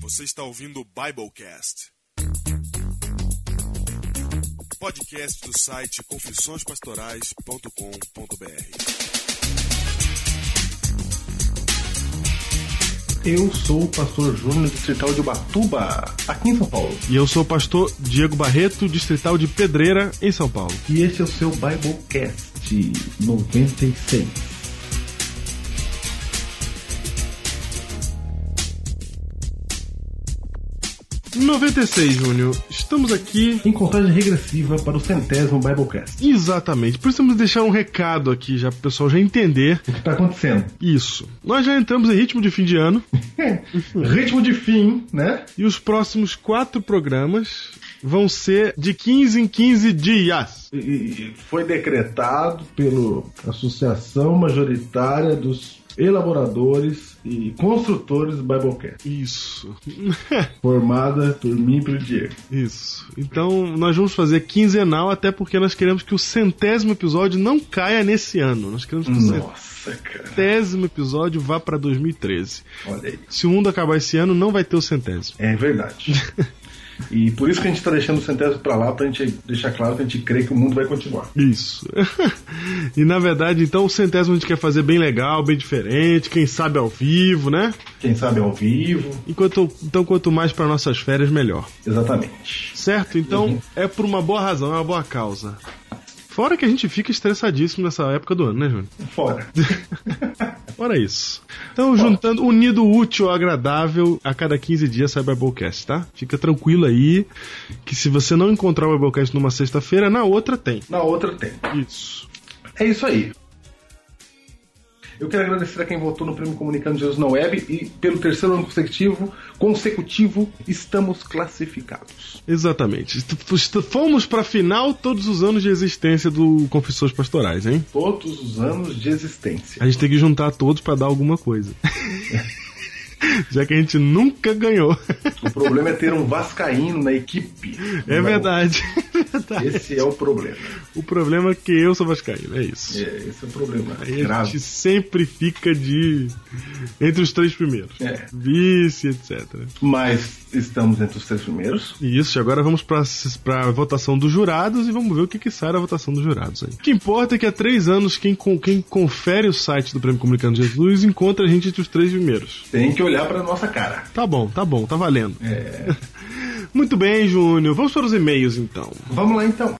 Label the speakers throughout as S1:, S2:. S1: Você está ouvindo o Biblecast. Podcast do site confissõespastorais.com.br.
S2: Eu sou o pastor Júnior Distrital de Ubatuba, aqui em São Paulo.
S3: E eu sou o pastor Diego Barreto, distrital de Pedreira, em São Paulo.
S2: E esse é o seu Biblecast 96.
S3: Em 96, Júnior, estamos aqui.
S2: Em contagem regressiva para o centésimo Biblecast.
S3: Exatamente. Precisamos deixar um recado aqui já pro pessoal já entender
S2: O que está acontecendo?
S3: isso. Nós já entramos em ritmo de fim de ano
S2: Ritmo de fim, né?
S3: e os próximos quatro programas vão ser de 15 em 15 dias.
S2: E- E foi decretado pela Associação Majoritária dos Elaboradores e Construtores do Biblecast,
S3: Isso.
S2: formada por mim e pelo Diego.
S3: Isso. Então nós vamos fazer quinzenal, até porque nós queremos que o centésimo episódio não caia nesse ano. Nós queremos que o
S2: Nossa, cara.
S3: centésimo episódio vá para 2013.
S2: Olha aí.
S3: Se o mundo acabar esse ano, não vai ter o centésimo.
S2: É verdade. E por isso que a gente tá deixando o centésimo pra lá, pra gente deixar claro que a gente crê que o mundo vai continuar.
S3: Isso. e na verdade, então, o centésimo a gente quer fazer bem legal, bem diferente, quem sabe ao vivo, né?
S2: Quem sabe ao vivo,
S3: Enquanto, então, quanto mais para nossas férias, melhor.
S2: exatamente.
S3: Certo? Então, é por uma boa razão, é uma boa causa. Fora que a gente fica estressadíssimo nessa época do ano, né, Júnior?
S2: Fora.
S3: Fora isso. Então, juntando, unido o útil ao agradável, a cada 15 dias sai Biblecast, tá? Fica tranquilo aí, que se você não encontrar o Biblecast numa sexta-feira, na outra tem.
S2: Na outra tem.
S3: Isso.
S2: É isso aí. Eu quero agradecer a quem votou no Prêmio Comunicando Jesus na Web e pelo terceiro ano consecutivo, consecutivo estamos classificados.
S3: Exatamente. Est- est- Fomos pra final todos os anos de existência do Confissões Pastorais, hein?
S2: Todos os anos de existência.
S3: A gente tem que juntar todos pra dar alguma coisa. Já que a gente nunca ganhou.
S2: O problema é ter um vascaíno na equipe.
S3: É
S2: Não,
S3: verdade. É verdade.
S2: Esse é o problema.
S3: O problema é que eu sou vascaíno, é isso.
S2: É, esse é o problema.
S3: A
S2: Grave.
S3: gente sempre fica de. entre os três primeiros.
S2: É.
S3: Vice, etc.
S2: Mas estamos entre os três primeiros.
S3: E Isso, agora vamos pra, pra votação dos jurados e vamos ver o que, que sai da votação dos jurados aí. O que importa é que há três anos quem, con- quem confere o site do Prêmio Comunicando Jesus encontra a gente entre os três primeiros.
S2: Tem que olhar pra nossa cara.
S3: Tá bom, tá bom, tá valendo.
S2: É.
S3: Muito bem, Júnior. Vamos para os e-mails então.
S2: Vamos lá então.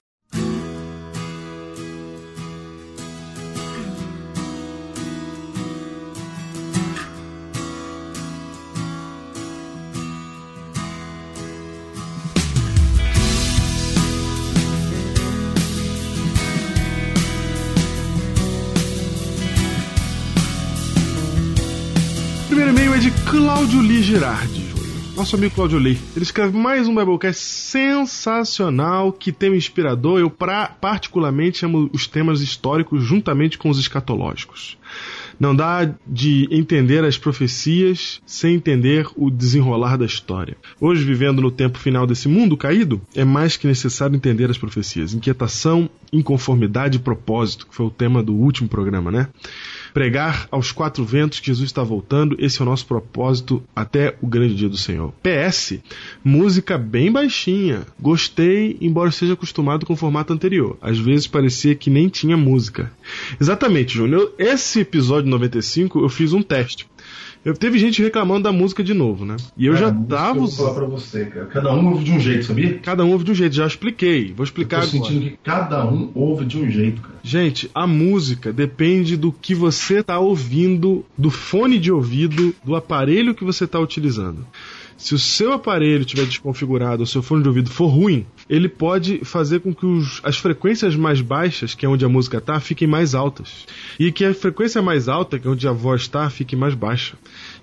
S3: O primeiro e-mail é de Cláudio Lee Girardi, Júnior. Nosso amigo Cláudio Lee. Ele escreve mais um Biblecast sensacional, que tema inspirador. Eu pra- particularmente amo os temas históricos juntamente com os escatológicos. Não dá de entender as profecias sem entender o desenrolar da história. Hoje, vivendo no tempo final desse mundo caído, é mais que necessário entender as profecias. Inquietação, inconformidade e propósito, que foi o tema do último programa, né? pregar aos quatro ventos que Jesus está voltando. Esse é o nosso propósito até o grande dia do Senhor. PS, música bem baixinha. Gostei, embora seja acostumado com o formato anterior. Às vezes parecia que nem tinha música. Exatamente, Júnior. Esse episódio 95 eu fiz um teste. Eu teve gente reclamando da música de novo, né? E eu já
S2: Cara,
S3: tava
S2: isso que Eu vou falar
S3: usando.
S2: pra você, cara. Cada um ouve de um jeito, sabia?
S3: Cada um ouve de um jeito, já expliquei. Vou
S2: Eu tô
S3: explicar agora.
S2: sentindo que cada um ouve de um jeito, cara.
S3: Gente, a música depende do que você está ouvindo, do fone de ouvido, do aparelho que você está utilizando. Se o seu aparelho estiver desconfigurado, ou seu fone de ouvido for ruim, ele pode fazer com que os- as frequências mais baixas, que é onde a música está, fiquem mais altas. E que a frequência mais alta, que é onde a voz está, fique mais baixa.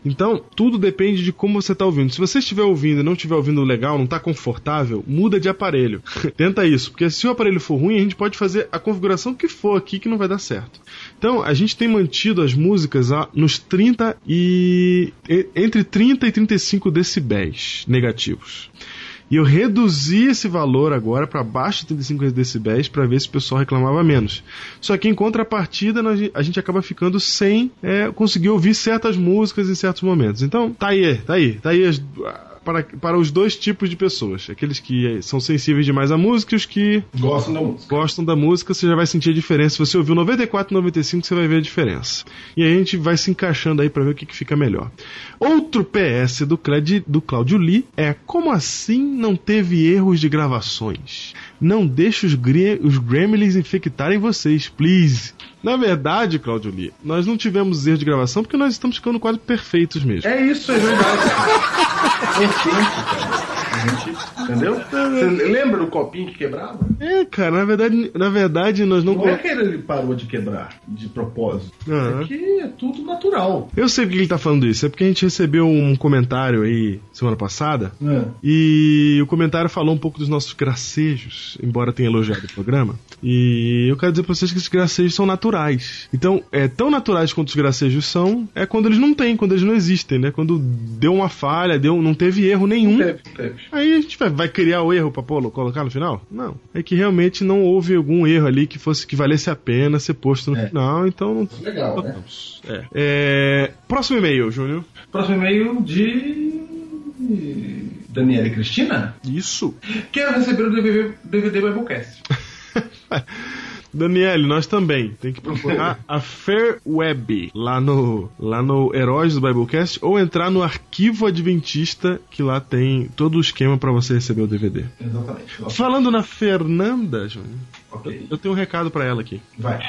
S3: Então, tudo depende de como você está ouvindo. Se você estiver ouvindo e não estiver ouvindo legal, não está confortável, muda de aparelho. Tenta isso, porque se o aparelho for ruim, a gente pode fazer a configuração que for aqui que não vai dar certo. Então, a gente tem mantido as músicas a- nos 30 e. e- entre 30 e 35 decibéis negativos. E eu reduzi esse valor agora para baixo de 35 decibéis para ver se o pessoal reclamava menos. Só que em contrapartida nós- a gente acaba ficando sem é, conseguir ouvir certas músicas em certos momentos. Então tá aí, tá aí, tá aí as- a para, para os dois tipos de pessoas. Aqueles que são sensíveis demais à música e os que
S2: Gostam da música.
S3: gostam da música, você já vai sentir a diferença. Se você ouviu 94 95, você vai ver a diferença. E aí a gente vai se encaixando aí pra ver o que, que fica melhor. Outro PS do, Cled, do Claudio Lee é como assim não teve erros de gravações? Não deixe os, gre- os Gremlins infectarem vocês, please. Na verdade, Claudio Lee, nós não tivemos erro de gravação porque nós estamos ficando quase perfeitos mesmo.
S2: É isso, é verdade. Consciente, cara. A gente- Entendeu? Você lembra do copinho que quebrava?
S3: É, cara, na verdade, na verdade nós não.
S2: Não é que ele parou de quebrar de propósito.
S3: Aham.
S2: É que é tudo natural.
S3: Eu sei porque ele tá falando isso, é porque a gente recebeu um comentário aí semana passada.
S2: né?
S3: E o comentário falou um pouco dos nossos gracejos, embora tenha elogiado o programa. E eu quero dizer pra vocês que esses gracejos são naturais. Então, é tão naturais quanto os gracejos são, é quando eles não têm, quando eles não existem, né? Quando deu uma falha, deu, não teve erro nenhum.
S2: Teve, teve.
S3: Aí a gente vai, vai criar o erro pra pô, colocar no final? Não. É que realmente não houve algum erro ali que fosse que valesse a pena ser posto no
S2: É.
S3: final, então não.
S2: Legal, né?
S3: É. É, Próximo e-mail, Júnior.
S2: Próximo e-mail de. Daniela e Cristina?
S3: Isso.
S2: Quero receber o DVD, DVD Biblecast.
S3: Daniele, nós também. Tem que procurar a Fair Web lá no, lá no Heróis do Biblecast ou entrar no arquivo adventista que lá tem todo o esquema pra você receber o DVD.
S2: Exatamente. Ok,
S3: Falando na Fernanda, Júnior,
S2: Ok,
S3: eu tenho um recado pra ela aqui.
S2: vai.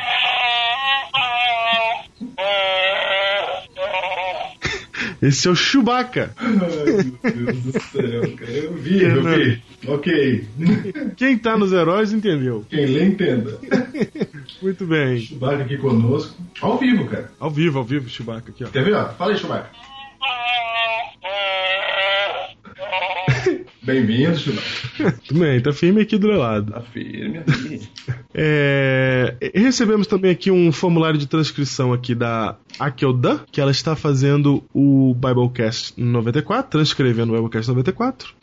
S3: Esse é o Chewbacca.
S2: Ai, meu Deus do céu, cara. Eu vi, eu vi. Ok.
S3: Quem tá nos heróis entendeu.
S2: Quem lê, entenda.
S3: Muito bem.
S2: Chewbacca aqui conosco. Ao vivo, cara.
S3: Ao vivo, ao vivo, Chewbacca aqui, ó.
S2: Quer ver? Ó? Fala aí, Chewbacca. Bem-vindo, Chewbacca.
S3: Muito bem, tá firme aqui do meu lado.
S2: Tá firme aqui.
S3: É, recebemos também aqui um formulário de transcrição aqui da Akelda, que ela está fazendo o Biblecast 94, transcrevendo o Biblecast 94.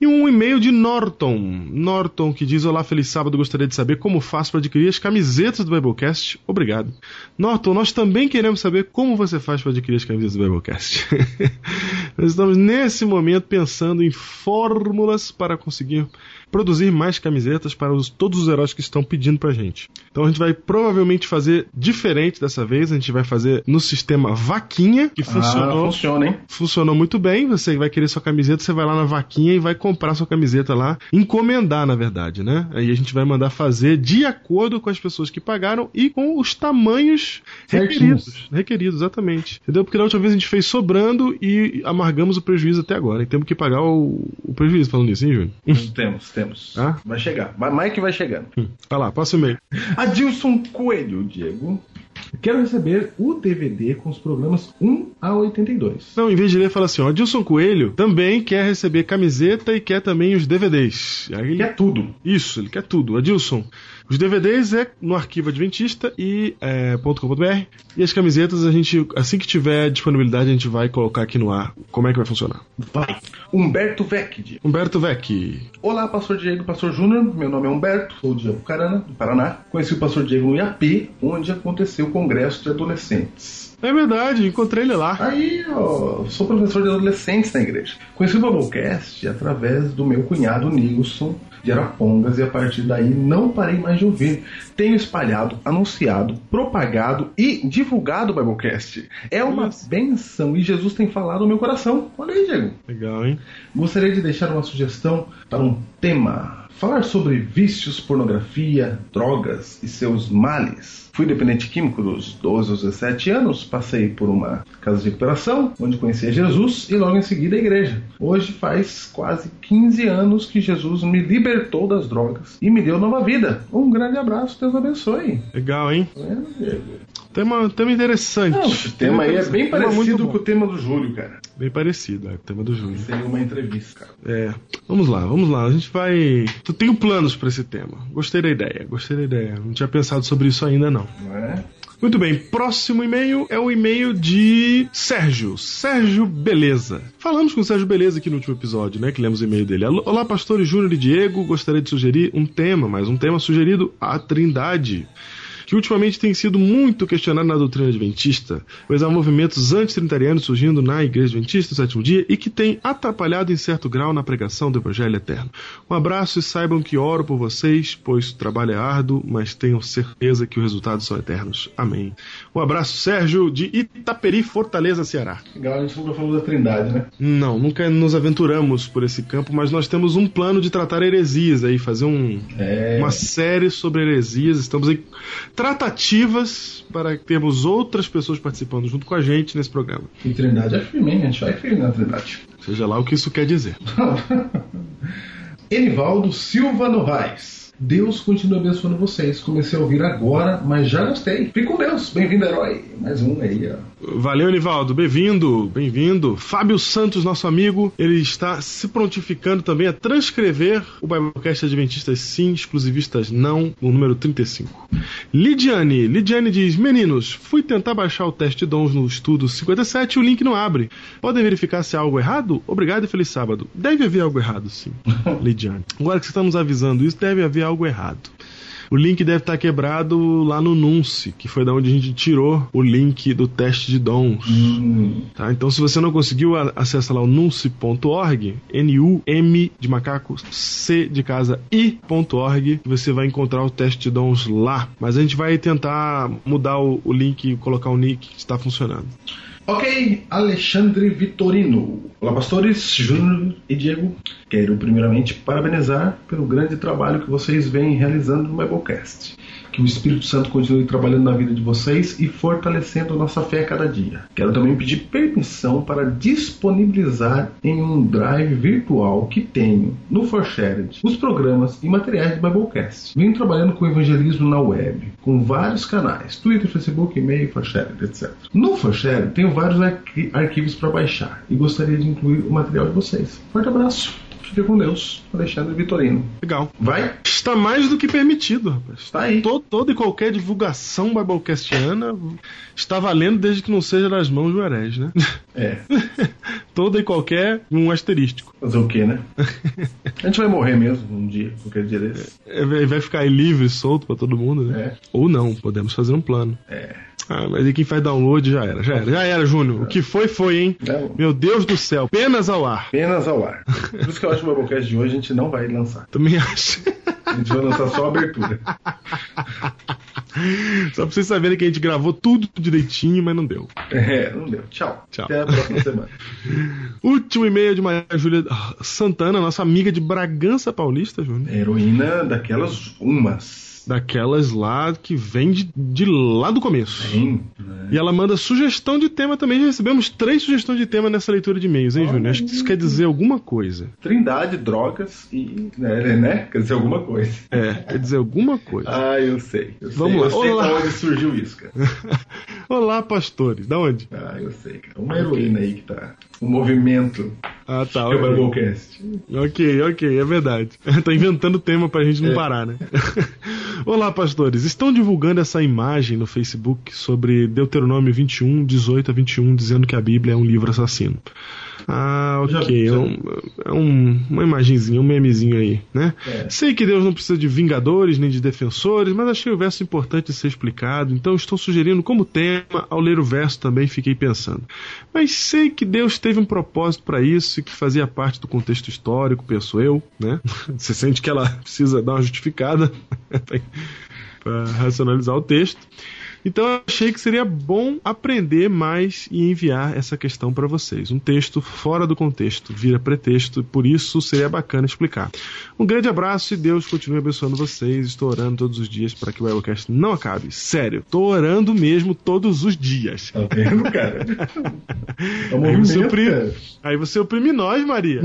S3: E um e-mail de Norton. Norton que diz: Olá, feliz sábado, gostaria de saber como faço para adquirir as camisetas do Biblecast. Obrigado. Norton, nós também queremos saber como você faz para adquirir as camisetas do Biblecast. nós estamos nesse momento pensando em fórmulas para conseguir produzir mais camisetas para os- todos os heróis que estão pedindo pra gente. Então a gente vai provavelmente fazer diferente dessa vez, a gente vai fazer no sistema vaquinha, que
S2: Ah,
S3: funcionou
S2: funciona, hein?
S3: funcionou muito bem. Você vai querer sua camiseta, você vai lá na vaquinha e vai comprar sua camiseta lá, encomendar, na verdade, né? Aí a gente vai mandar fazer de acordo com as pessoas que pagaram e com os tamanhos
S2: Certinhos.
S3: requeridos. Requeridos, exatamente. Entendeu? Porque da última vez a gente fez sobrando e amargamos o prejuízo até agora. E temos que pagar o, o prejuízo falando nisso, hein, Júnior?
S2: Temos, temos.
S3: Ah?
S2: Vai chegar. Vai- Mike vai chegando.
S3: Vai lá, passa o e-mail.
S2: Adilson Coelho, Diego. Quero receber o DVD com os programas 1 a 82.
S3: Não, em vez de ler, fala assim: ó, Dilson Coelho também quer receber camiseta e quer também os DVDs. Aí
S2: Ele
S3: ele
S2: é tudo.
S3: Isso, ele quer tudo. Adilson, os DVDs é no arquivo adventista e é, .com.br e as camisetas a gente, assim que tiver disponibilidade, a gente vai colocar aqui no ar como é que vai funcionar.
S2: Vai. Humberto Vec, Diego.
S3: Humberto Vecchi.
S2: Olá, pastor Diego, pastor Júnior. Meu nome é Humberto, sou de Apucarana, do Paraná. Conheci o pastor Diego no IAP, onde aconteceu o Congresso de Adolescentes.
S3: É verdade, encontrei ele lá.
S2: Aí, ó, sou professor de adolescentes na igreja. Conheci o Babocast através do meu cunhado Nilson de Arapongas e a partir daí não parei mais de ouvir. Tenho espalhado, anunciado, propagado e divulgado o Biblecast. É uma benção e Jesus tem falado no meu coração. Olha aí, Diego.
S3: Legal, hein?
S2: Gostaria de deixar uma sugestão para um tema. Falar sobre vícios, pornografia, drogas e seus males. Fui dependente químico dos 12 aos 17 anos, passei por uma casa de recuperação, onde conheci a Jesus e logo em seguida a igreja. Hoje faz quase 15 anos que Jesus me libertou das drogas e me deu nova vida. Um grande abraço, Deus abençoe.
S3: Legal, hein?
S2: É, Diego.
S3: Tema, tema interessante.
S2: Não, o tema aí é bem
S3: Tema muito
S2: parecido
S3: bom.
S2: com o tema do Júlio, cara.
S3: Bem parecido, é, o tema do Júlio.
S2: Tem uma entrevista, cara.
S3: É, vamos lá, vamos lá. A gente vai. Eu tenho planos pra esse tema. Gostei da ideia, gostei da ideia. Não tinha pensado sobre isso ainda, não.
S2: Não é?
S3: Muito bem, próximo e-mail é o e-mail de Sérgio. Sérgio Beleza. Falamos com o Sérgio Beleza aqui no último episódio, né? Que lemos o e-mail dele. Alô, Olá, pastores Júnior e Diego. Gostaria de sugerir um tema, mais um tema sugerido à Trindade. que ultimamente tem sido muito questionado na doutrina adventista, pois há movimentos antitrinitarianos surgindo na Igreja Adventista do Sétimo Dia e que tem atrapalhado em certo grau na pregação do Evangelho Eterno. Um abraço e saibam que oro por vocês, pois o trabalho é árduo, mas tenham certeza que os resultados são eternos. Amém. Um abraço, Sérgio, de Itaperi, Fortaleza, Ceará.
S2: Legal, a gente nunca falou da Trindade, né?
S3: Não, nunca nos aventuramos por esse campo, mas nós temos um plano de tratar heresias aí, fazer um,
S2: É.
S3: uma série sobre heresias. Estamos em tratativas para termos outras pessoas participando junto com a gente nesse programa.
S2: E Trindade é firme, hein? A gente vai firme na Trindade.
S3: Seja lá o que isso quer dizer.
S2: Enivaldo Silva Novaes. Deus continua abençoando vocês. Comecei a ouvir agora, mas já gostei. Fique com Deus. Bem-vindo, herói. Mais um aí, ó.
S3: Valeu, Nivaldo. Bem-vindo, bem-vindo. Fábio Santos, nosso amigo, ele está se prontificando também a transcrever o Biblecast Adventistas Sim, Exclusivistas Não, no número 35. Lidiane, Lidiane diz: Meninos, fui tentar baixar o teste de dons no estudo 57 e o link não abre. Podem verificar se há algo errado? Obrigado e feliz sábado. Deve haver algo errado, sim, Lidiane. Agora que você está nos avisando isso, deve haver algo errado. O link deve estar quebrado lá no Nunce, que foi da onde a gente tirou o link do teste de dons. Tá? Então, se você não conseguiu, a- acessa lá o nunce.org, N-U-M de macaco, C de casa, I.org, e você vai encontrar o teste de dons lá. Mas a gente vai tentar mudar o, o link e colocar o nick que está funcionando.
S2: Ok, Alexandre Vitorino. Olá, pastores, Júnior e Diego. Quero primeiramente parabenizar pelo grande trabalho que vocês vêm realizando no Biblecast. Que o Espírito Santo continue trabalhando na vida de vocês e fortalecendo nossa fé a cada dia. Quero também pedir permissão para disponibilizar em um drive virtual que tenho no ForShared os programas e materiais do Biblecast. Venho trabalhando com evangelismo na web, com vários canais: Twitter, Facebook, e-mail, ForShared, etc. No ForShared tenho vários arqui- arquivos para baixar e gostaria de incluir o material de vocês. Forte abraço, fique com Deus, Alexandre Vitorino.
S3: Legal.
S2: Vai?
S3: Está mais do que permitido, rapaz.
S2: Tá aí.
S3: Todo, toda e qualquer divulgação biblecastiana está valendo desde que não seja nas mãos do herege, né?
S2: É,
S3: toda e qualquer um asterístico.
S2: fazer o que, né? A gente vai morrer mesmo um dia, qualquer dia desse.
S3: É, vai vai ficar aí livre, solto pra todo mundo, né?
S2: É.
S3: Ou não, podemos fazer um plano.
S2: É.
S3: Ah, mas e quem faz download já era, já era, já era, Júnior. O que foi, foi, hein?
S2: Tá bom.
S3: Meu Deus do céu, penas ao ar.
S2: Apenas ao ar. Por isso que eu acho que o Biblecast de hoje a gente não vai lançar.
S3: Também acho.
S2: A gente vai Um lançar só a abertura.
S3: Só pra vocês saberem que a gente gravou tudo direitinho, mas não deu.
S2: É, não deu. Tchau.
S3: Tchau.
S2: Até a próxima semana.
S3: Último e-mail de Maria Júlia Santana, nossa amiga de Bragança Paulista, Júnior.
S2: É Heroína daquelas umas.
S3: Daquelas lá que vem de, de lá do começo.
S2: Sim. né?
S3: E ela manda sugestão de tema também. Já recebemos três sugestões de tema nessa leitura de e-mails, hein, Júnior? Acho que isso quer dizer alguma coisa.
S2: Trindade, drogas e. Né, né? Quer dizer, alguma coisa.
S3: É, quer dizer alguma coisa.
S2: Ah, eu sei. Eu
S3: Vamos
S2: sei.
S3: lá.
S2: Eu sei
S3: Olá.
S2: da onde surgiu isso, cara.
S3: Olá, pastores. Da onde?
S2: Ah, eu sei, cara. Uma heroína aí que tá. Um movimento.
S3: Ah, tá.
S2: É o
S3: Ok,
S2: Biblecast.
S3: ok, ok, é verdade. tá inventando tema pra gente não
S2: É.
S3: parar, né? Olá, pastores. Estão divulgando essa imagem no Facebook sobre Deuteronômio 21, 18 a 21, dizendo que a Bíblia é um livro assassino. Ah,
S2: Já
S3: ok.
S2: vi, já
S3: É, um, é um- uma imagenzinha, um memezinho aí, né?
S2: É.
S3: Sei que Deus não precisa de vingadores nem de defensores, mas achei o verso importante de ser explicado, então estou sugerindo como tema, ao ler o verso também fiquei pensando. Mas sei que Deus teve um propósito para isso e que fazia parte do contexto histórico, penso eu, né? Você sente que ela precisa dar uma justificada para racionalizar o texto. Então eu achei que seria bom aprender mais e enviar essa questão para vocês. Um texto fora do contexto vira pretexto, por isso seria bacana explicar. Um grande abraço e Deus continue abençoando vocês. Estou orando todos os dias para que o Biblecast não acabe. Sério, estou orando mesmo todos os dias.
S2: Tá vendo, cara? É um
S3: Aí você,
S2: movimento.
S3: oprime,
S2: cara.
S3: aí você oprime nós, Maria.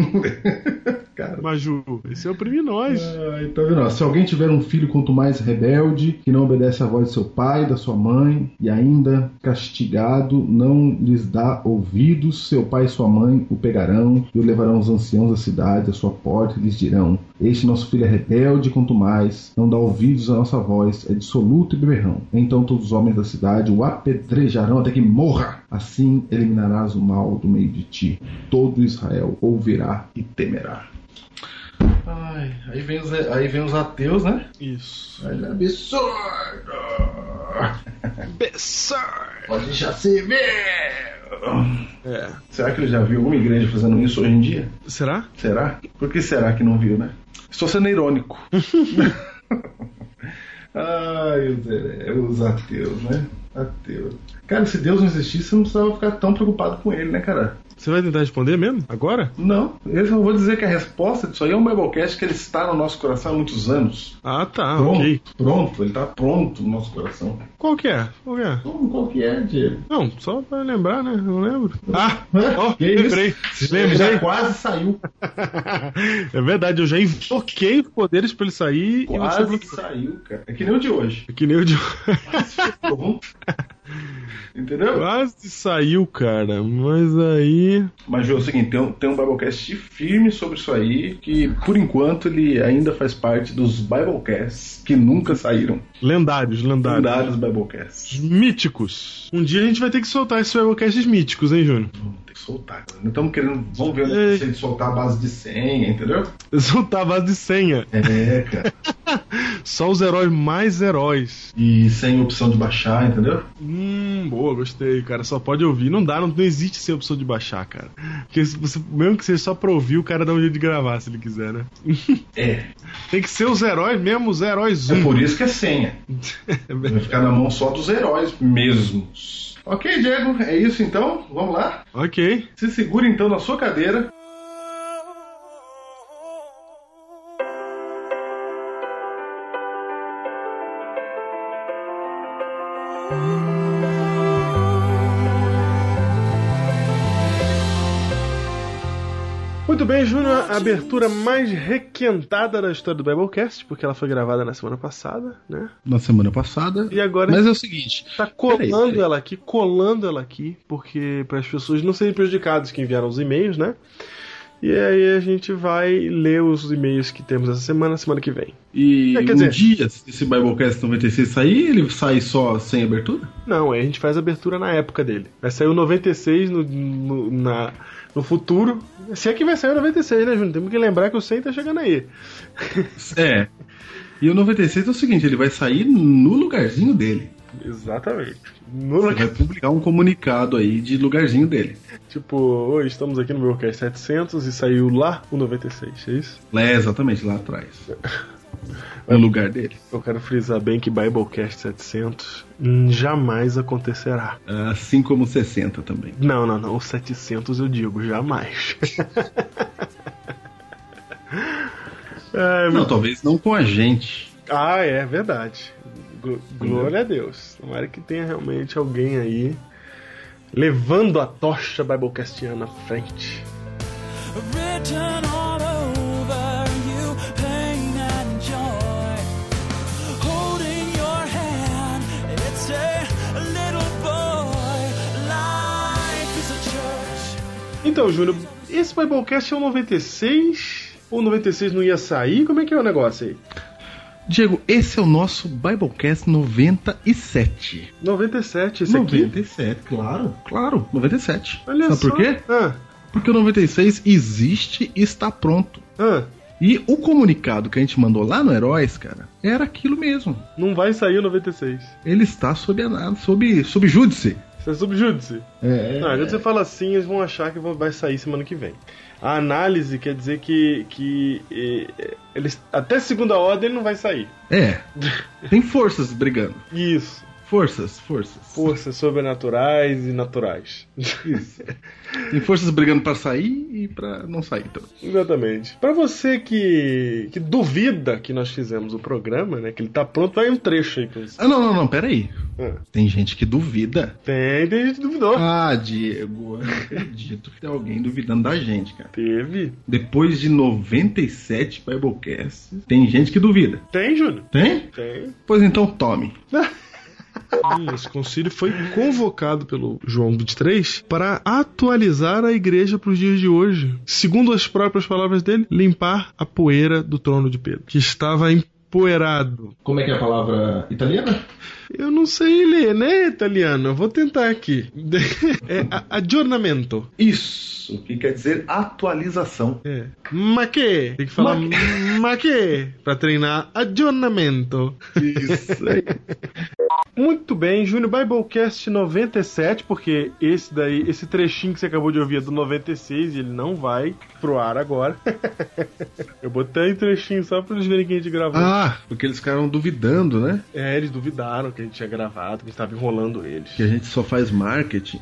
S2: Cara.
S3: Maju, você oprime nós.
S2: Ai, tá vendo? ó? Se alguém tiver um filho quanto mais rebelde, que não obedece à voz de seu pai, da sua mãe, e ainda castigado, não lhes dá ouvidos, seu pai e sua mãe o pegarão e o levarão aos anciãos da cidade, à sua porta, e lhes dirão: Este nosso filho é rebelde quanto mais, não dá ouvidos à nossa voz, é dissoluto e beberrão. Então todos os homens da cidade o apedrejarão até que morra. Assim eliminarás o mal do meio de ti. Todo Israel ouvirá e temerá. Ai, aí vem os, aí vem os ateus, né?
S3: Isso.
S2: Olha, absurdo!
S3: pessoas.
S2: Pode já ser meu!
S3: É.
S2: Será que ele já viu alguma igreja fazendo isso hoje em dia?
S3: Será?
S2: Será? Por que será que não viu, né? Estou sendo irônico. Ai, os, here- os ateus, né? Ateus. Cara, se Deus não existisse, eu não precisava ficar tão preocupado com ele, né, cara?
S3: Você vai tentar responder mesmo? Agora?
S2: Não, eu só vou dizer que a resposta disso aí é um Biblecast que ele está no nosso coração há muitos anos.
S3: Ah, tá,
S2: Pronto,
S3: ok.
S2: pronto, ele está pronto no nosso coração.
S3: Qual que é? Qual que é?
S2: Como qual que é, Diego?
S3: Não, só pra lembrar, né? Não lembro. Ah,
S2: Hã?
S3: ó,
S2: Que isso?
S3: lembrei.
S2: Já
S3: Lembrei.
S2: quase saiu.
S3: é verdade, eu já invoquei os poderes pra ele sair e você
S2: Quase
S3: bloqueou.
S2: saiu, cara. É que nem o de hoje.
S3: Que nem o de...
S2: Pronto. Entendeu?
S3: Quase saiu, cara. Mas aí.
S2: Mas, Ju, é o seguinte, tem um, tem um Biblecast firme sobre isso aí, que por enquanto ele ainda faz parte dos Biblecasts que nunca saíram.
S3: Lendários, lendários.
S2: Lendários Biblecasts.
S3: Míticos. Um dia a gente vai ter que soltar esses webcasts míticos, hein, Júnior?
S2: Vamos ter que soltar. cara. Não estamos querendo. Vamos ver onde se ele soltar a base de senha, entendeu?
S3: Soltar a base de senha.
S2: É, cara.
S3: Só os heróis mais heróis.
S2: E sem opção de baixar, entendeu?
S3: Hum, boa, gostei, cara. Só pode ouvir. Não dá, não, não existe sem opção de baixar, cara. Porque se você, mesmo que seja só pra ouvir, o cara dá um jeito de gravar, se ele quiser, né?
S2: É.
S3: Tem que ser os heróis mesmo, os heróis
S2: É
S3: um. É
S2: por isso que é senha. Vai ficar na mão só dos heróis mesmos. Ok, Diego, é isso então. Vamos lá?
S3: ok.
S2: Se segura então na sua cadeira.
S3: Muito bem, Júnior, a abertura mais requentada da história do Biblecast, porque ela foi gravada na semana passada, né?
S2: Na semana passada.
S3: E agora
S2: Mas é o seguinte.
S3: tá colando
S2: Peraí, peraí.
S3: ela aqui, colando ela aqui, porque para as pessoas não serem prejudicadas que enviaram os e-mails, né? E aí a gente vai ler os e-mails que temos essa semana, semana que vem.
S2: E
S3: É, quer
S2: um
S3: dizer-
S2: dia, se esse Biblecast 96 sair, ele sai só sem abertura?
S3: Não, aí a gente faz a abertura na época dele. Vai sair o 96 no, no, na, no futuro. Se é que vai sair o 96, né, Júnior? Temos que lembrar que o 100 tá chegando aí.
S2: É. E o 96 é o seguinte, ele vai sair no lugarzinho dele.
S3: Exatamente. No
S2: Ele vai publicar um comunicado aí de lugarzinho dele.
S3: Tipo, oi, estamos aqui no meu 700 e saiu lá o 96, é isso?
S2: Lá, exatamente, lá atrás. No lugar dele.
S3: Eu quero frisar bem que Biblecast 700 hum, jamais acontecerá.
S2: Assim como o 60 também.
S3: Não, não, não. O 700 eu digo, jamais. É,
S2: Não, talvez não com a gente.
S3: Ah, é verdade. Gl- glória a Deus. Tomara que tenha realmente alguém aí levando a tocha Biblecastiana à frente.
S4: written all over you pain and joy holding your hand it's a little boy life is a church
S3: Então, Júlio, esse Biblecast é o 96? Ou 96 não ia sair? Como é que é o negócio aí?
S2: Diego, esse é o nosso Biblecast 97.
S3: 97 esse aqui.
S2: 97, claro. Claro, 97.
S3: Olha
S2: Sabe
S3: só.
S2: por quê?
S3: Ah,
S2: Porque o 96 existe e está pronto.
S3: ah,
S2: E o comunicado que a gente mandou lá no Heróis, cara, era aquilo mesmo.
S3: não vai sair o 96.
S2: Ele está sob, a- sob, sob júdice.
S3: Isso é subjúdice.
S2: É,
S3: Não, quando você fala assim, eles vão achar que vai sair semana que vem. A análise quer dizer que, que eh, eles, até segunda ordem ele não vai sair.
S2: é. Tem forças brigando.
S3: Isso.
S2: Forças, forças.
S3: Forças sobrenaturais e naturais.
S2: Tem forças brigando pra sair e pra não sair. Então.
S3: Exatamente. Pra você que, que duvida que nós fizemos o programa, né? Que ele tá pronto, vai um trecho aí pra você.
S2: Ah, não, não, não, peraí.
S3: Ah.
S2: Tem gente que duvida.
S3: Tem, tem gente que duvidou.
S2: Ah, Diego, eu não acredito que tem alguém duvidando da gente, cara.
S3: Teve.
S2: Depois de 97 Biblecasts, tem gente que duvida.
S3: Tem, Júnior?
S2: Tem?
S3: Tem.
S2: Pois então, tome.
S3: Hum, Esse concílio foi convocado pelo João 23 para atualizar a igreja para os dias de hoje. Segundo as próprias palavras dele, limpar a poeira do trono de Pedro, que estava empoeirado.
S2: Como é que é a palavra italiana?
S3: Eu não sei ler, né, italiano? Eu vou tentar aqui. É a- aggiornamento.
S2: Isso, que quer dizer atualização.
S3: É. Ma que? Tem que falar ma que? Pra treinar aggiornamento.
S2: Isso aí.
S3: Muito bem, Júnior Biblecast 97, porque esse daí, esse trechinho que você acabou de ouvir é do 96 e ele não vai pro ar agora. Eu botei um trechinho só pra eles verem que a gente gravou.
S2: Ah, porque eles ficaram duvidando, né?
S3: É, eles duvidaram que a gente tinha gravado, que a gente tava enrolando eles.
S2: Que a gente só faz marketing.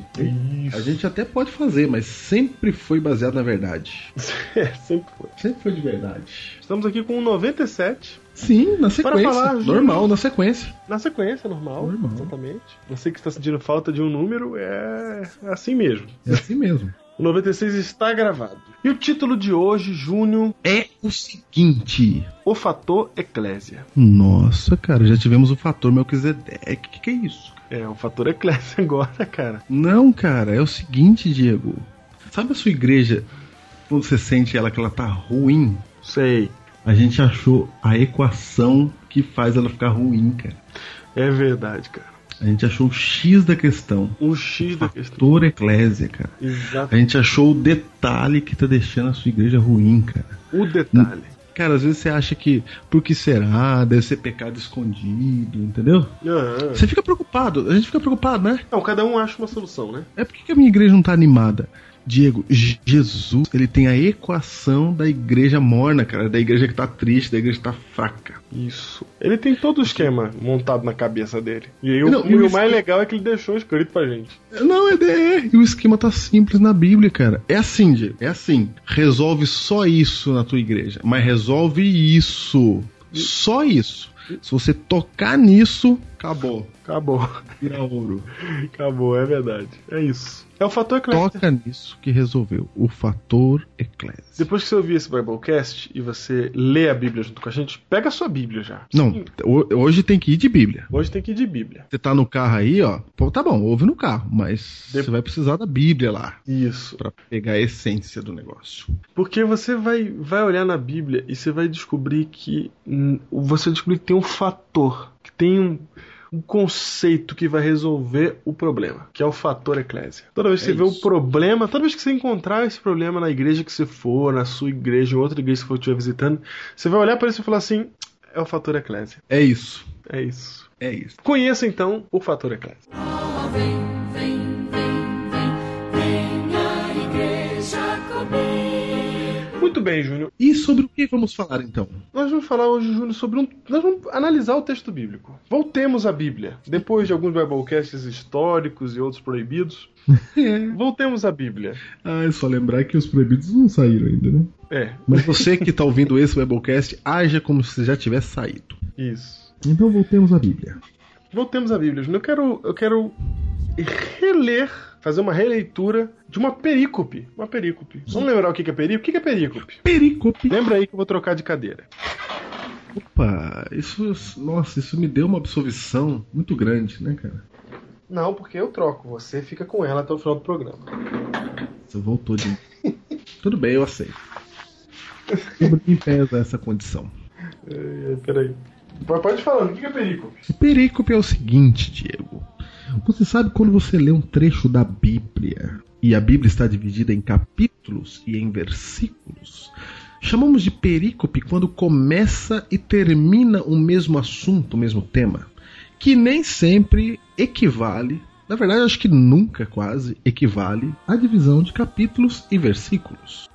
S3: Isso.
S2: A gente até pode fazer, mas sempre foi baseado na verdade.
S3: É, sempre foi.
S2: Sempre foi de verdade.
S3: Estamos aqui com um o 97,
S2: Sim, na sequência.
S3: falar, gente.
S2: Normal, na sequência.
S3: na sequência, normal,
S2: Normal.
S3: exatamente. Você que está sentindo falta de um número, é é assim mesmo.
S2: É assim mesmo.
S3: O 96 está gravado. E o título de hoje, Júnior,
S2: É o seguinte.
S3: O Fator Eclésia.
S2: Nossa, cara, já tivemos o fator Melquisedeque. Que que é isso?
S3: É, o Fator Eclésia agora, cara.
S2: Não, cara, é o seguinte, Diego. Sabe a sua igreja, quando você sente ela que ela tá ruim?
S3: Sei.
S2: A gente achou a equação que faz ela ficar ruim, cara.
S3: É verdade, cara.
S2: A gente achou o X da questão.
S3: Um X da questão.
S2: Fator Eclésia, cara.
S3: Exato.
S2: A gente achou o detalhe que tá deixando a sua igreja ruim, cara.
S3: O detalhe.
S2: Cara, às vezes você acha que por que será? Deve ser pecado escondido, entendeu?
S3: Ah,
S2: Você fica preocupado, a gente fica preocupado, né?
S3: Não, cada um acha uma solução, né?
S2: É por que que a minha igreja não tá animada? Diego, Je- Jesus, ele tem a equação da igreja morna, cara, da igreja que tá triste, da igreja que tá fraca.
S3: Isso. Ele tem todo o esquema montado na cabeça dele. E, aí, o-
S2: Não,
S3: e o
S2: mas-
S3: mais legal é que ele deixou escrito pra gente.
S2: Não, é, é, e o esquema tá simples na Bíblia, cara. É assim, Diego, é assim. Resolve só isso na tua igreja, mas resolve isso, só isso. Se você tocar nisso, acabou,
S3: Acabou.
S2: vira ouro.
S3: Acabou, é verdade. É isso. É o fator eclésia.
S2: Toca nisso que resolveu. O fator Eclésia.
S3: Depois que você ouvir esse Biblecast e você lê a Bíblia junto com a gente, pega a sua Bíblia já.
S2: Não, ho- hoje tem que ir de Bíblia.
S3: Hoje tem que ir de Bíblia.
S2: Você tá no carro aí, ó. Pô, tá bom, ouve no carro, mas
S3: De-
S2: você vai precisar da Bíblia lá
S3: Isso.
S2: pra pegar a essência do negócio.
S3: Porque você vai, vai olhar na Bíblia e você vai descobrir que. hum, Você vai descobrir que tem um fator, que tem um, um conceito que vai resolver o problema, que é o fator eclésia. Toda vez que
S2: É
S3: você vê o
S2: isso.
S3: problema, toda vez que você encontrar esse problema na igreja que você for, na sua igreja, em outra igreja que você for estiver visitando, você vai olhar para isso e falar assim: é o fator eclésia.
S2: É isso.
S3: É isso.
S2: É isso.
S3: Conheça então o fator eclésia.
S4: Vem, vem, vem, vem, vem a igreja comigo.
S3: Muito bem, Júnior.
S2: E sobre o que vamos falar então?
S3: Nós vamos falar hoje, Júnior, sobre um. Nós vamos analisar o texto bíblico. Voltemos à Bíblia. Depois de alguns Biblecasts históricos e outros proibidos, voltemos à Bíblia.
S2: Ah, é só lembrar que os proibidos não saíram ainda, né?
S3: É,
S2: Mas você que tá ouvindo esse Webcast, haja como se já tivesse saído.
S3: isso.
S2: Então voltemos à Bíblia.
S3: Voltemos à Bíblia, Júnior. Eu quero, eu quero reler, fazer uma releitura de uma perícope. Uma perícope. Vamos lembrar o que que é perícope? O que que é perícope?
S2: Pericope.
S3: Lembra aí que eu vou trocar de cadeira.
S2: Opa, isso, nossa, isso me deu uma absorção muito grande, né, cara?
S3: Não, porque eu troco. Você fica com ela até o final do programa.
S2: Você voltou de. Tudo bem, eu aceito. Sobre quem pesa essa condição?
S3: É, peraí. Pode ir falando, o que que é perícope?
S2: O perícope é o seguinte, Diego. Você sabe quando você lê um trecho da Bíblia e a Bíblia está dividida em capítulos e em versículos? Chamamos de perícope quando começa e termina o mesmo assunto, o mesmo tema, que nem sempre equivale, na verdade, acho que nunca quase equivale à divisão de capítulos e versículos.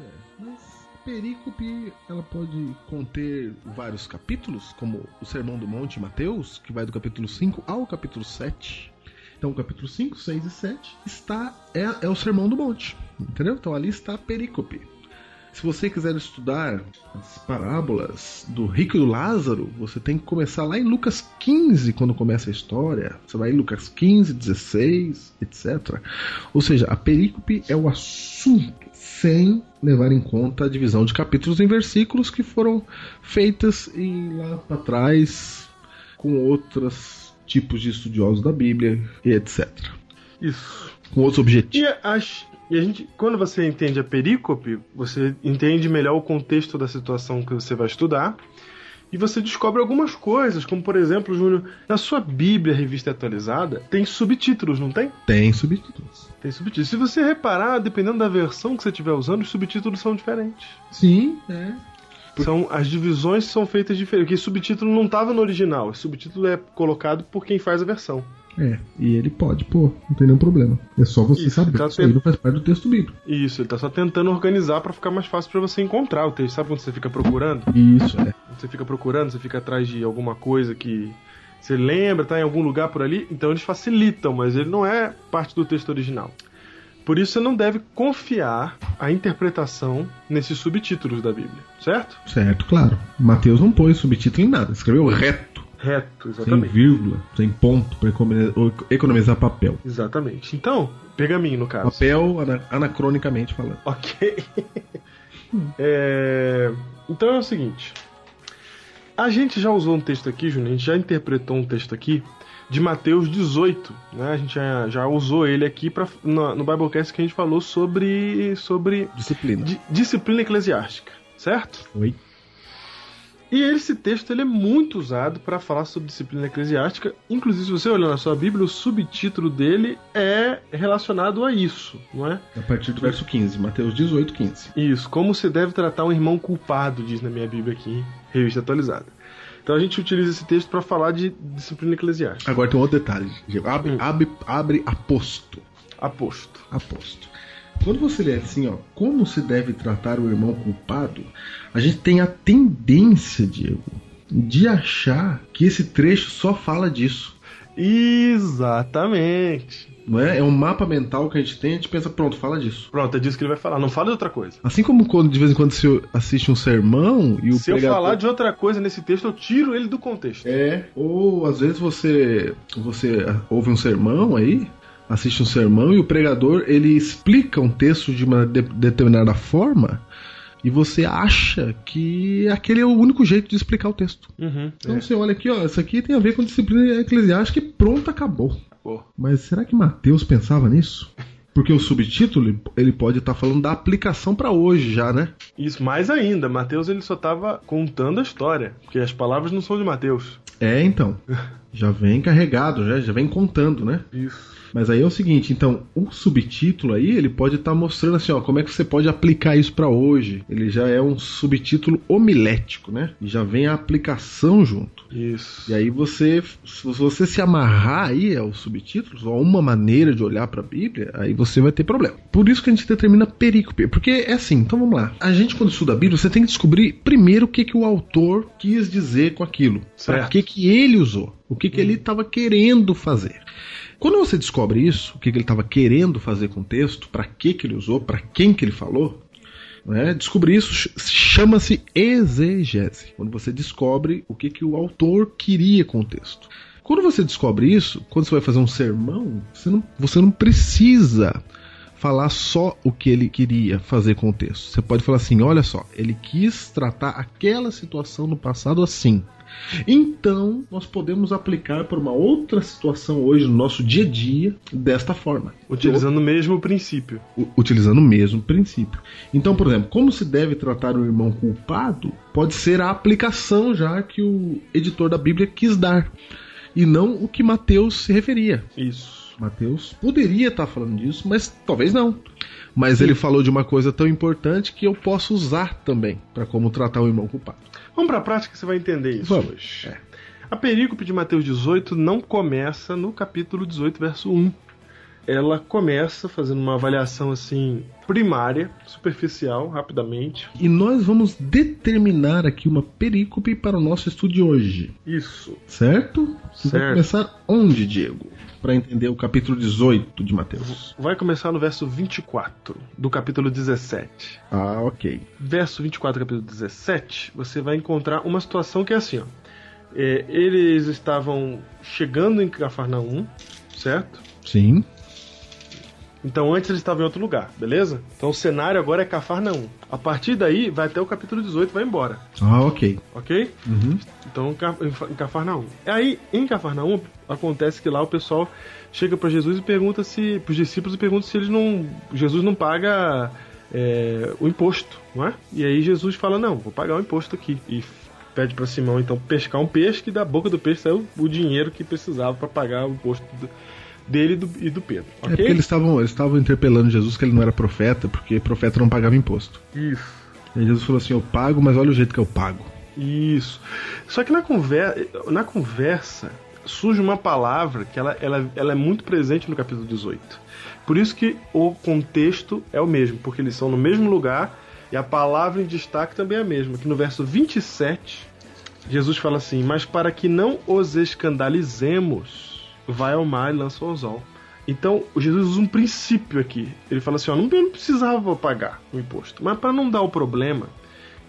S2: é. Mas perícope, ela pode conter vários capítulos, como o Sermão do Monte em Mateus, que vai do capítulo 5 ao capítulo 7. Então, o capítulo 5, 6 e 7 está, é, é o Sermão do Monte, entendeu? Então, ali está a perícope. Se você quiser estudar as parábolas do rico e do Lázaro, você tem que começar lá em Lucas 15, quando começa a história. Você vai em Lucas 15, 16, etc. Ou seja, a perícope é o assunto, sem levar em conta a divisão de capítulos em versículos que foram feitas em, lá para trás com outros tipos de estudiosos da Bíblia e etc.
S3: Isso.
S2: Com outros
S3: E
S2: objetivos.
S3: as- e a gente, quando você entende a perícope, você entende melhor o contexto da situação que você vai estudar. E você descobre algumas coisas, como por exemplo, Júnior, na sua Bíblia Revista Atualizada, tem subtítulos, não tem?
S2: Tem subtítulos.
S3: Tem subtítulos. Se você reparar, dependendo da versão que você estiver usando, os subtítulos são diferentes.
S2: Sim, é.
S3: Por São, as divisões são feitas diferentes. Porque subtítulo não tava no original. Esse subtítulo é colocado por quem faz a versão.
S2: É, e ele pode, pô, não tem nenhum problema. É só você
S3: Isso,
S2: saber
S3: tá
S2: que isso aí
S3: tendo-
S2: não faz parte do texto bíblico.
S3: Isso, ele tá só tentando organizar pra ficar mais fácil pra você encontrar o texto. Sabe quando você fica procurando?
S2: Isso, é.
S3: Você fica procurando, você fica atrás de alguma coisa que você lembra, tá em algum lugar por ali. Então eles facilitam, mas ele não é parte do texto original. Por isso você não deve confiar a interpretação nesses subtítulos da Bíblia, certo?
S2: Certo, claro. Mateus não pôs subtítulo em nada, escreveu reto,
S3: Reto,
S2: sem
S3: exatamente.
S2: vírgula, sem ponto, pra economizar- economizar papel.
S3: Exatamente. Então, pergaminho no caso.
S2: Papel ana- anacronicamente falando.
S3: Ok. É, Então é o seguinte. A gente já usou um texto aqui, Júnior, a gente já interpretou um texto aqui de Mateus 18. Né? A gente já, já usou ele aqui pra, no, no Biblecast que a gente falou sobre, sobre
S2: Disciplina.
S3: di- disciplina eclesiástica, certo?
S2: Oi.
S3: E esse texto ele é muito usado para falar sobre disciplina eclesiástica. Inclusive, se você olhar na sua Bíblia, o subtítulo dele é relacionado a isso, não é?
S2: A partir do verso 15, Mateus 18, 15.
S3: Isso, como se deve tratar um irmão culpado, diz na minha Bíblia aqui, revista atualizada. Então a gente utiliza esse texto para falar de disciplina eclesiástica.
S2: Agora tem um outro detalhe. Diego. Abre,
S3: Hum.
S2: abre, abre aposto.
S3: Aposto.
S2: Aposto. Quando você lê assim, ó, como se deve tratar o irmão culpado, a gente tem a tendência, Diego, de achar que esse trecho só fala disso.
S3: Exatamente.
S2: Não é? é um mapa mental que a gente tem, a gente pensa, pronto, fala disso.
S3: Pronto, é disso que ele vai falar. Não fala de outra coisa.
S2: Assim como quando de vez em quando você assiste um sermão e o
S3: se eu
S2: pregador-
S3: falar de outra coisa nesse texto, eu tiro ele do contexto.
S2: É, ou às vezes você você ouve um sermão aí, assiste um sermão e o pregador ele explica um texto de uma de- determinada forma e você acha que aquele é o único jeito de explicar o texto.
S3: Uhum.
S2: Então você olha aqui, ó, isso aqui tem a ver com disciplina eclesiástica e pronto, acabou.
S3: Pô.
S2: Mas será que Mateus pensava nisso? Porque o subtítulo ele pode estar falando da aplicação para hoje já, né?
S3: Isso, mais ainda, Mateus ele só tava contando a história, porque as palavras não são de Mateus.
S2: É, então. Já vem carregado, já, já vem contando, né?
S3: Isso.
S2: Mas aí é o seguinte, então, o subtítulo aí, ele pode estar mostrando assim, ó, como é que você pode aplicar isso para hoje. Ele já é um subtítulo homilético, né? E já vem a aplicação junto.
S3: Isso.
S2: E aí você, se você se amarrar aí ao subtítulo, a uma maneira de olhar para a Bíblia, aí você vai ter problema. Por isso que a gente determina perícope, porque é assim, então vamos lá. A gente quando estuda a Bíblia, você tem que descobrir primeiro o que que o autor quis dizer com aquilo, para
S3: Certo.
S2: que que ele usou, o que que ele estava querendo fazer. Quando você descobre isso, o que que ele estava querendo fazer com o texto, para que que ele usou, para quem que ele falou, né? Descobrir isso ch- chama-se exegese, quando você descobre o que, que o autor queria com o texto. Quando você descobre isso, quando você vai fazer um sermão, você não, você não precisa falar só o que ele queria fazer com o texto. Você pode falar assim: olha só, ele quis tratar aquela situação no passado assim. Então, nós podemos aplicar para uma outra situação hoje no nosso dia a dia desta forma
S3: Utilizando o mesmo princípio.
S2: u- utilizando o mesmo princípio. Então, por exemplo, como se deve tratar o irmão culpado pode ser a aplicação já que o editor da Bíblia quis dar, e não o que Mateus se referia.
S3: Isso.
S2: Mateus poderia estar falando disso, mas talvez não. Mas ele falou de uma coisa tão importante que eu posso usar também para como tratar o irmão culpado.
S3: Vamos pra prática que você vai entender isso.
S2: Vamos. É.
S3: A perícope de Mateus 18 não começa no capítulo 18, verso 1. Ela começa fazendo uma avaliação assim primária, superficial, rapidamente.
S2: E nós vamos determinar aqui uma perícope para o nosso estudo de hoje.
S3: Isso.
S2: Certo? Você vai
S3: Certo.
S2: começar onde, Diego? Para entender o capítulo 18 de Mateus.
S3: Vai começar no verso 24 do capítulo 17.
S2: Ah, ok.
S3: verso 24, capítulo 17, você vai encontrar uma situação que é assim, ó. É, eles estavam chegando em Cafarnaum, certo?
S2: Sim.
S3: Então antes eles estavam em outro lugar, beleza? Então o cenário agora é Cafarnaum. A partir daí vai até o capítulo 18, vai embora,
S2: Ah, ok.
S3: ok?
S2: Uhum.
S3: Então, em Ca- em Fa- em Cafarnaum. Aí, em Cafarnaum, acontece que lá o pessoal chega para Jesus e pergunta se. para os discípulos e pergunta se eles não. Jesus não paga é, o imposto, não é? E aí Jesus fala: não, vou pagar o imposto aqui. E f- pede para Simão, então, pescar um peixe, que da boca do peixe saiu o dinheiro que precisava para pagar o imposto do- dele e do, e do Pedro.
S2: É
S3: Ok?
S2: porque eles estavam eles estavam interpelando Jesus que ele não era profeta, porque profeta não pagava imposto.
S3: Isso.
S2: E Jesus falou assim: Eu pago, mas olha o jeito que eu pago.
S3: Isso. Só que na conversa, na conversa surge uma palavra que ela, ela, ela é muito presente no capítulo 18. Por isso que o contexto é o mesmo, porque eles são no mesmo lugar e a palavra em destaque também é a mesma. Que no verso 27, Jesus fala assim: Mas para que não os escandalizemos, vai ao mar e lança ao sol. Então, o Jesus usa um princípio aqui. Ele fala assim: ó, não, eu não precisava pagar o imposto, mas para não dar o problema,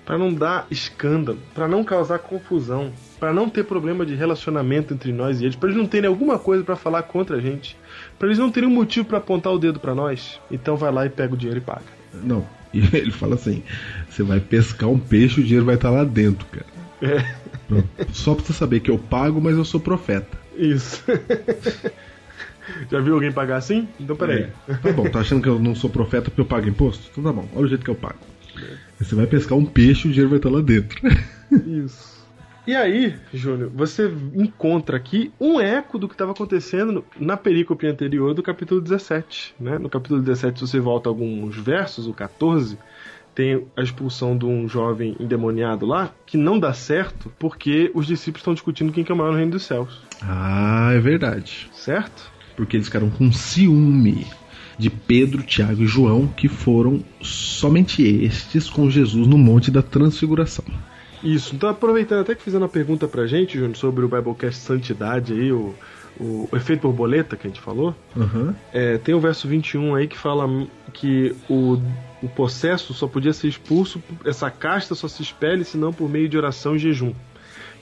S3: para não dar escândalo, para não causar confusão, para não ter problema de relacionamento entre nós e eles, para eles não terem alguma coisa para falar contra a gente, para eles não terem um motivo para apontar o dedo para nós, então vai lá e pega o dinheiro e paga.
S2: Não. E ele fala assim: Você vai pescar um peixe, o dinheiro vai estar lá dentro, cara.
S3: É,
S2: Pronto. Só pra você saber que eu pago, mas eu sou profeta.
S3: isso. Já viu alguém pagar assim? Então peraí.
S2: Tá bom, tá achando que eu não sou profeta porque eu pago imposto? Então tá bom, olha o jeito que eu pago. Você vai pescar um peixe, o dinheiro vai estar lá dentro.
S3: Isso. E aí, Júnior, você encontra aqui um eco do que estava acontecendo na perícope anterior do capítulo 17. Né? No capítulo 17, se você volta alguns versos, o 14, tem a expulsão de um jovem endemoniado lá, que não dá certo porque os discípulos estão discutindo quem que é o maior no reino dos céus,
S2: Ah, é verdade.
S3: certo?
S2: Porque eles ficaram com ciúme de Pedro, Tiago e João, que foram somente estes com Jesus no Monte da Transfiguração.
S3: Isso, então aproveitando até que fizeram uma pergunta pra gente, Júnior, sobre o Biblecast Santidade aí, o, o efeito borboleta que a gente falou.
S2: Aham.
S3: É, tem o verso 21 aí que fala que o, o possesso só podia ser expulso, essa casta só se expele senão por meio de oração e jejum.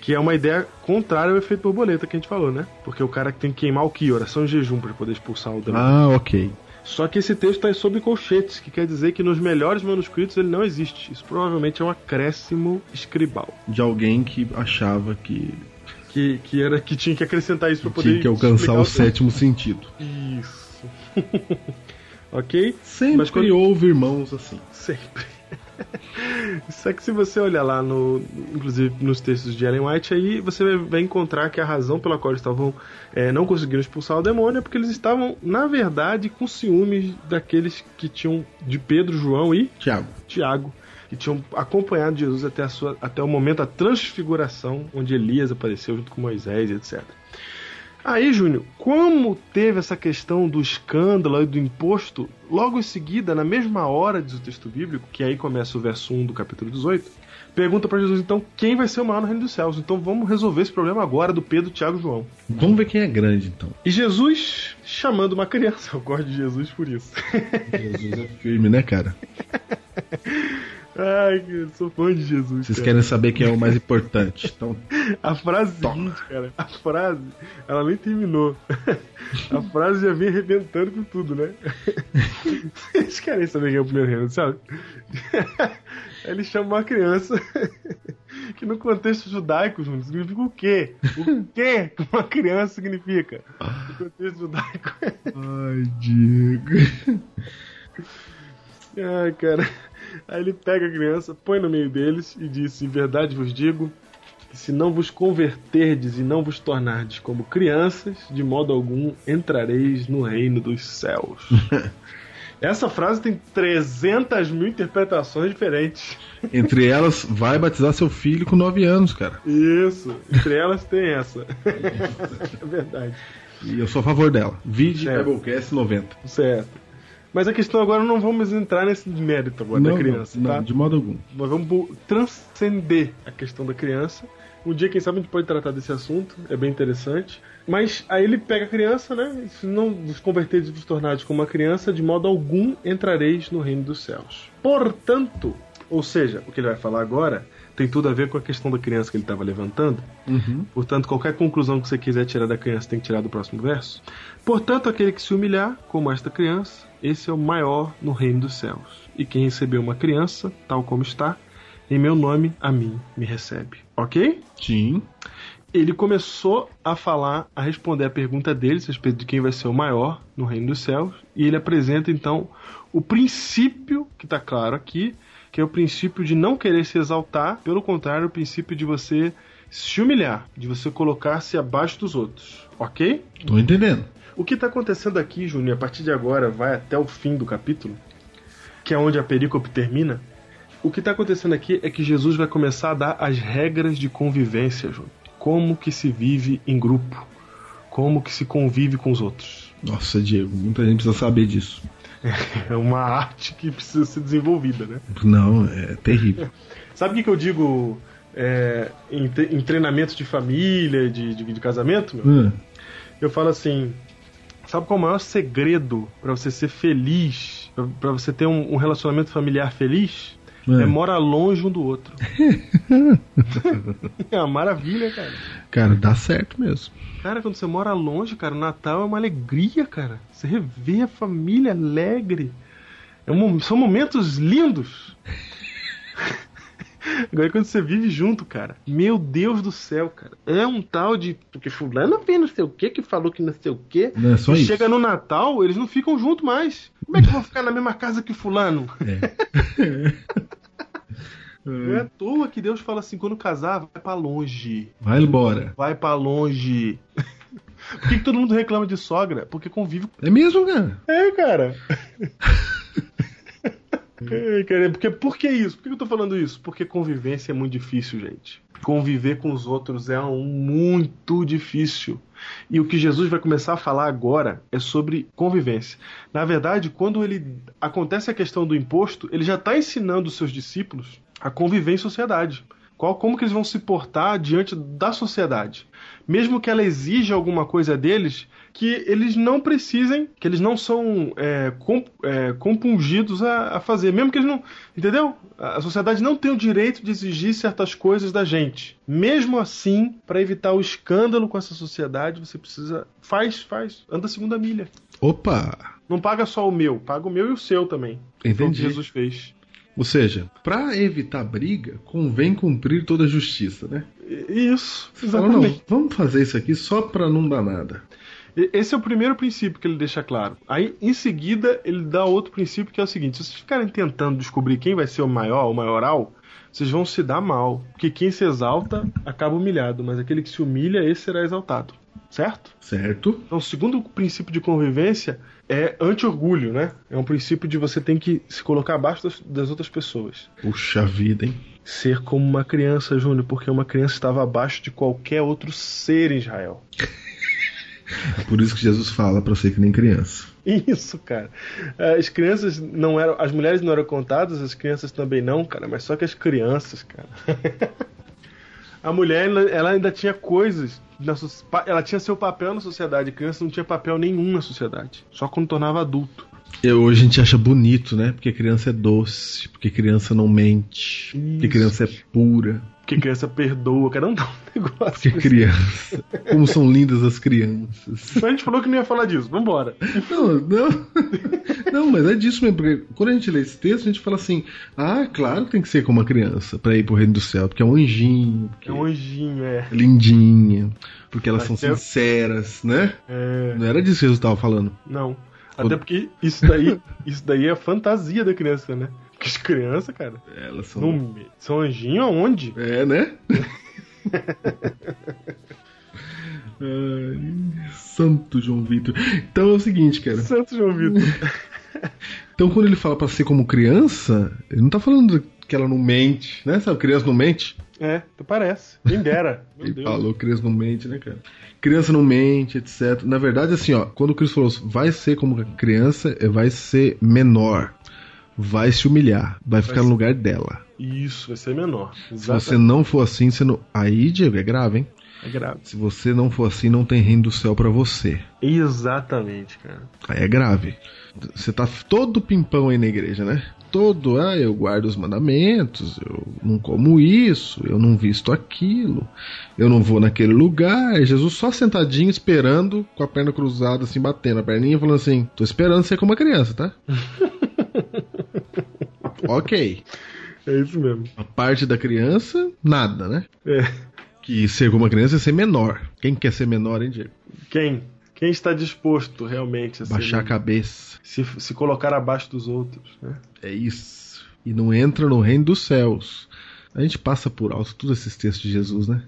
S3: Que é uma ideia contrária ao efeito borboleta que a gente falou, né? Porque o cara tem que queimar o que? Oração e jejum para poder expulsar o demônio.
S2: Ah, ok.
S3: Só que esse texto está sob colchetes, que quer dizer que nos melhores manuscritos ele não existe. Isso provavelmente é um acréscimo escribal.
S2: De alguém que achava que
S3: Que, que era que tinha que acrescentar isso para poder.
S2: tinha que alcançar
S3: explicar
S2: o
S3: texto.
S2: sétimo sentido.
S3: Isso. ok?
S2: Sempre
S3: Mas quando-
S2: houve irmãos assim.
S3: Sempre. Só que se você olhar lá, no, inclusive nos textos de Ellen White, aí você vai- vai encontrar que a razão pela qual eles estavam eh, não conseguindo expulsar o demônio é porque eles estavam, na verdade, com ciúmes daqueles que tinham de Pedro, João e
S2: Tiago,
S3: Tiago, que tinham acompanhado Jesus até, a sua, até o momento da transfiguração, onde Elias apareceu junto com Moisés, etc. Aí, Júnior, como teve essa questão do escândalo e do imposto, logo em seguida, na mesma hora, diz o texto bíblico, que aí começa o verso 1 do capítulo 18, pergunta para Jesus, então, quem vai ser o maior no reino dos céus? Então vamos resolver esse problema agora do Pedro, Tiago e João.
S2: vamos ver quem é grande então.
S3: E Jesus, chamando uma criança, eu gosto de Jesus por isso.
S2: Jesus é firme, né, cara?
S3: Ai, que eu sou fã de Jesus.
S2: Vocês
S3: cara.
S2: querem saber quem é o mais importante. Então,
S3: A frase seguinte, cara, a frase, ela nem terminou. A frase já vem arrebentando com tudo, né? Vocês querem saber quem é o primeiro reino, sabe? Aí ele chama uma criança, que no contexto judaico, Júnior, significa o quê? O quê que uma criança significa? No contexto judaico.
S2: ai, Diego.
S3: Ai, cara. Aí ele pega a criança, põe no meio deles e diz: Em verdade vos digo que se não vos converterdes e não vos tornardes como crianças, de modo algum entrareis no reino dos céus. Essa frase tem 300 mil interpretações diferentes.
S2: Entre elas, vai batizar seu filho com 9 anos, cara.
S3: Isso, entre elas tem essa. é verdade.
S2: E eu sou a favor dela. Vide
S3: Certo.
S2: Biblecast 90.
S3: Certo. Mas a questão agora não vamos entrar nesse mérito agora
S2: é
S3: da criança,
S2: não,
S3: tá?
S2: de modo algum.
S3: Nós vamos bu- transcender a questão da criança. Um dia, quem sabe, a gente pode tratar desse assunto, é bem interessante. Mas aí ele pega a criança, né? E Se não vos converteres e vos tornares como uma criança, de modo algum entrareis no reino dos céus. Portanto, ou seja, o que ele vai falar agora tem tudo a ver com a questão da criança que ele estava levantando. Portanto, qualquer conclusão que você quiser tirar da criança tem que tirar do próximo verso. Portanto, aquele que se humilhar, como esta criança, esse é o maior no reino dos céus. E quem recebeu uma criança, tal como está, em meu nome, a mim me recebe. Ok?
S2: Sim.
S3: Ele começou a falar, a responder a pergunta deles a respeito de quem vai ser o maior no reino dos céus. E ele apresenta, então, o princípio, que está claro aqui, que é o princípio de não querer se exaltar, pelo contrário, o princípio de você se humilhar, de você colocar-se abaixo dos outros. Ok?
S2: Tô entendendo.
S3: O que está acontecendo aqui, Júnior, a partir de agora vai até o fim do capítulo, que é onde a perícope termina, O que está acontecendo aqui é que Jesus vai começar a dar as regras de convivência, João. Como que se vive em grupo? Como que se convive com os outros?
S2: Nossa, Diego, muita gente precisa saber disso.
S3: É uma arte que precisa ser desenvolvida, né?
S2: Não, é terrível.
S3: Sabe o que, que eu digo é, em, te- em treinamento de família, de, de- de casamento? Meu?
S2: Hum,
S3: Eu falo assim: sabe qual é o maior segredo para você ser feliz, para você ter um, um relacionamento familiar feliz?
S2: É.
S3: É. morar longe um do outro. é uma maravilha, cara.
S2: cara, dá certo mesmo.
S3: Cara, quando você mora longe, cara, o Natal é uma alegria, cara. Você revê a família alegre. É um mo- são momentos lindos. Agora quando você vive junto, cara, meu Deus do céu, cara. É um tal de. Porque fulano vê não sei o que, que falou que não sei o que.
S2: Não é só isso.
S3: Chega no Natal, eles não ficam junto mais. Como é que eu vou ficar na mesma casa que fulano?
S2: É.
S3: Não é à toa que Deus fala assim, quando casar, vai pra longe.
S2: Vai embora.
S3: Vai pra longe. Por que, que todo mundo reclama de sogra? Porque convive com.
S2: É mesmo, cara?
S3: É, cara. É, cara, porque, por que isso? Por que eu tô falando isso? Porque convivência é muito difícil, gente. Conviver com os outros é um muito difícil. E o que Jesus vai começar a falar agora é sobre convivência. Na verdade, quando ele acontece a questão do imposto, ele já está ensinando os seus discípulos a conviver em sociedade. Qual, como que eles vão se portar diante da sociedade? Mesmo que ela exija alguma coisa deles, que eles não precisem, que eles não são é, com- é, compungidos a, a fazer. Mesmo que eles não. Entendeu? A a sociedade não tem o direito de exigir certas coisas da gente. Mesmo assim, para evitar o escândalo com essa sociedade, você precisa. Faz, faz. Anda a segunda milha.
S2: Opa!
S3: Não paga só o meu, paga o meu e o seu também. Foi o que
S2: Entendi.
S3: Jesus fez.
S2: Ou seja, pra evitar briga, convém cumprir toda a justiça, né?
S3: E- Isso,
S2: Você fala, não,
S3: exatamente.
S2: vamos fazer isso aqui só pra não dar nada.
S3: E- Esse é o primeiro princípio que ele deixa claro. Aí, em seguida, ele dá outro princípio que é o seguinte: se vocês ficarem tentando descobrir quem vai ser o maior, o maioral, vocês vão se dar mal. Porque quem se exalta acaba humilhado, mas aquele que se humilha, esse será exaltado. Certo?
S2: Certo?
S3: Então, o segundo princípio de convivência é anti-orgulho, né? É um princípio de você tem que se colocar abaixo das- das outras pessoas.
S2: Puxa vida, hein?
S3: ser como uma criança, Júnior, porque uma criança estava abaixo de qualquer outro ser em Israel.
S2: É por isso que Jesus fala pra ser que nem criança.
S3: Isso, cara. É, As crianças não eram. As mulheres não eram contadas, as crianças também não, cara, mas só que as crianças, cara. A mulher, ela- ela ainda tinha coisas. na so- pa- ela tinha seu papel na sociedade. A criança não tinha papel nenhum na sociedade. Só quando tornava adulto.
S2: E hoje a gente acha bonito, né? Porque criança é doce, porque criança não mente, porque
S3: Isso.
S2: criança é pura,
S3: Porque criança perdoa, cara, não dá um
S2: porque
S3: negócio.
S2: criança. Como são lindas as crianças.
S3: A gente falou que não ia falar disso, vambora.
S2: Não, não. Não, mas é disso mesmo, porque quando a gente lê esse texto, a gente fala assim: ah, claro que tem que ser como uma criança pra ir pro reino do céu, porque é um anjinho, porque
S3: É um anjinho, é.
S2: é lindinha, porque elas
S3: Mas
S2: são
S3: tem-
S2: sinceras, né?
S3: É.
S2: Não era disso que Jesus tava falando.
S3: Não. Até porque isso daí, isso daí é a fantasia da criança, né? Porque as crianças, cara,
S2: Elas são.
S3: não me- são anjinho aonde?
S2: É, né? Ai, santo João Vitor. Então é o seguinte, cara.
S3: Santo João Vitor.
S2: Então quando ele fala pra ser como criança, ele não tá falando que ela não mente, né? Sabe, criança não mente.
S3: É, tu parece. Quem dera. Meu
S2: ele
S3: Deus.
S2: falou criança não mente, né, cara? Criança não mente, etc. Na verdade, assim, ó, quando o Cristo falou assim, vai ser como criança, é, vai ser menor. Vai se humilhar, vai ficar no lugar dela.
S3: Isso, vai ser menor.
S2: Se você
S3: Exatamente.
S2: não for assim, você não. Aí, Diego, é grave, hein?
S3: É grave.
S2: Se você não for assim, não tem reino do céu pra você.
S3: Exatamente, cara.
S2: Aí é grave. Você tá todo pimpão aí na igreja, né? Todo, ah, eu guardo os mandamentos, eu não como isso, eu não visto aquilo, eu não vou naquele lugar. Jesus só sentadinho esperando, com a perna cruzada, assim, batendo a perninha, falando assim: tô esperando ser como uma criança, tá? ok.
S3: É isso mesmo.
S2: A parte da criança, nada, né?
S3: É.
S2: Que ser como uma criança é ser menor. Quem quer ser menor, hein, Diego?
S3: Quem? Quem está disposto realmente a ser-
S2: Baixar a cabeça.
S3: se, se colocar abaixo dos outros, né?
S2: É isso. E não entra no reino dos céus. A gente passa por alto todos esses textos de Jesus, né?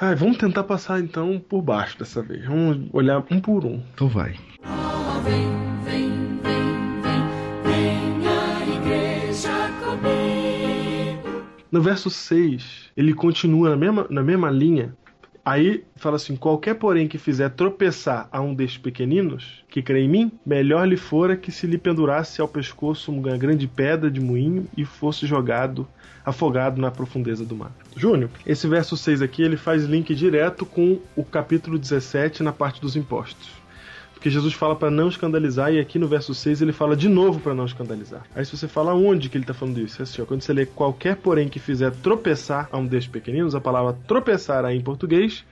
S3: Ai, vamos tentar passar então por baixo dessa vez. Vamos olhar um por um.
S2: Então vai.
S5: Alma, vem, vem, vem, vem, vem a igreja comigo.
S3: No verso 6, ele continua na mesma, na mesma linha. Aí fala assim: qualquer, porém, que fizer tropeçar a um destes pequeninos, que crê em mim, melhor lhe fora que se lhe pendurasse ao pescoço uma grande pedra de moinho e fosse jogado, afogado na profundeza do mar. Júnior, esse verso 6 aqui ele faz link direto com o capítulo 17 na parte dos impostos. Porque Jesus fala para não escandalizar, e aqui no verso 6 ele fala de novo para não escandalizar. Aí se você fala onde que ele tá falando isso, é assim, ó, quando você lê qualquer porém que fizer tropeçar a um destes pequeninos, a palavra tropeçar aí em português,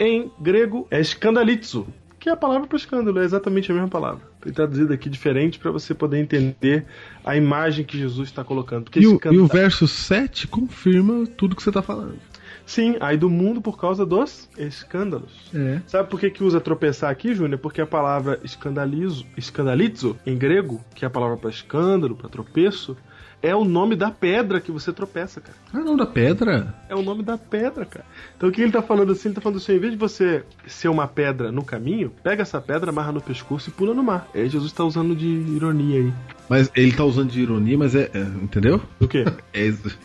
S3: em grego é escandalizo, que é a palavra para escândalo, é exatamente a mesma palavra. Foi traduzida aqui diferente para você poder entender a imagem que Jesus está colocando. Porque
S2: E o, e
S3: escandal-
S2: o verso 7 confirma tudo que você tá falando.
S3: Sim, aí do mundo por causa dos escândalos.
S2: É.
S3: Sabe por que, que usa tropeçar aqui, Júnior? Porque a palavra escandalizo, escandalizo, em grego, que é a palavra para escândalo, para tropeço, é o nome da pedra que você tropeça, cara.
S2: Ah, não, da pedra?
S3: É o nome da pedra, cara. Então o que ele tá falando assim? Ele tá falando assim: em vez de você ser uma pedra no caminho, pega essa pedra, amarra no pescoço e pula no mar. É, Jesus tá usando de ironia aí.
S2: Mas ele tá usando de ironia, mas é. é, entendeu?
S3: Do quê?
S2: É, isso.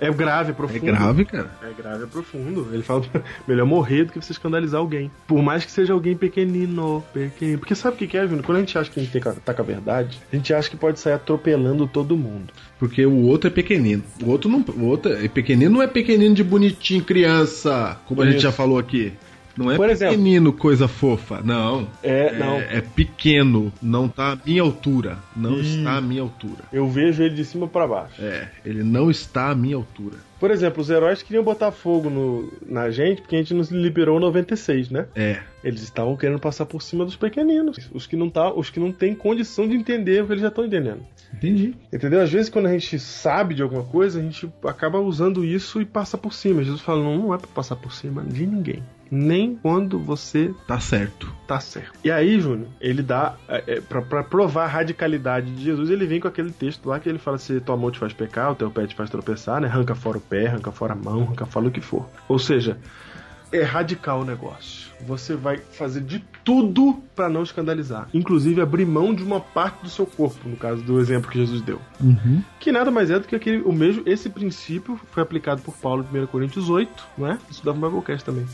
S3: É grave, é
S2: é
S3: profundo.
S2: grave, cara.
S3: É grave, é profundo. Ele fala melhor morrer do que você escandalizar alguém. Por mais que seja alguém pequenino, pequenino. Porque sabe o que que é, Júnior? Quando a gente acha que a gente tem que tá com a verdade, a gente acha que pode sair atropelando todo mundo.
S2: Porque o outro é pequenino. O outro não. O outro é pequenino, não é pequenino de bonitinho, criança, como a gente
S3: Isso.
S2: já falou aqui. Não é
S3: Por exemplo.
S2: pequenino, coisa fofa. Não.
S3: É, não.
S2: É, é pequeno, não tá à minha altura. Não
S3: Ih.
S2: está à minha altura.
S3: Eu vejo ele de cima pra baixo.
S2: É, ele não está à minha altura.
S3: Por exemplo, os heróis queriam botar fogo no- na gente porque a gente nos liberou em 96, né?
S2: É.
S3: Eles estavam querendo passar por cima dos pequeninos. Os que não, tá, os que não têm condição de entender o que eles já estão entendendo.
S2: Entendi.
S3: Entendeu? Às vezes, quando a gente sabe de alguma coisa, a gente acaba usando isso e passa por cima. Jesus fala: não, não é pra passar por cima de ninguém. Nem quando você
S2: Tá certo.
S3: tá certo. E aí, Júnior, ele dá. É, é, pra, pra provar a radicalidade de Jesus, ele vem com aquele texto lá que ele fala: se tua mão te faz pecar, o teu pé te faz tropeçar, né? Arranca fora o pé, arranca fora a mão, arranca fora o que for. Ou seja, é radical o negócio. Você vai fazer de tudo pra não escandalizar. Inclusive abrir mão de uma parte do seu corpo, no caso do exemplo que Jesus deu. Que nada mais é do que aquele, o mesmo, esse princípio foi aplicado por Paulo em 1 Coríntios 8, não é? Isso dava um Biblecast também.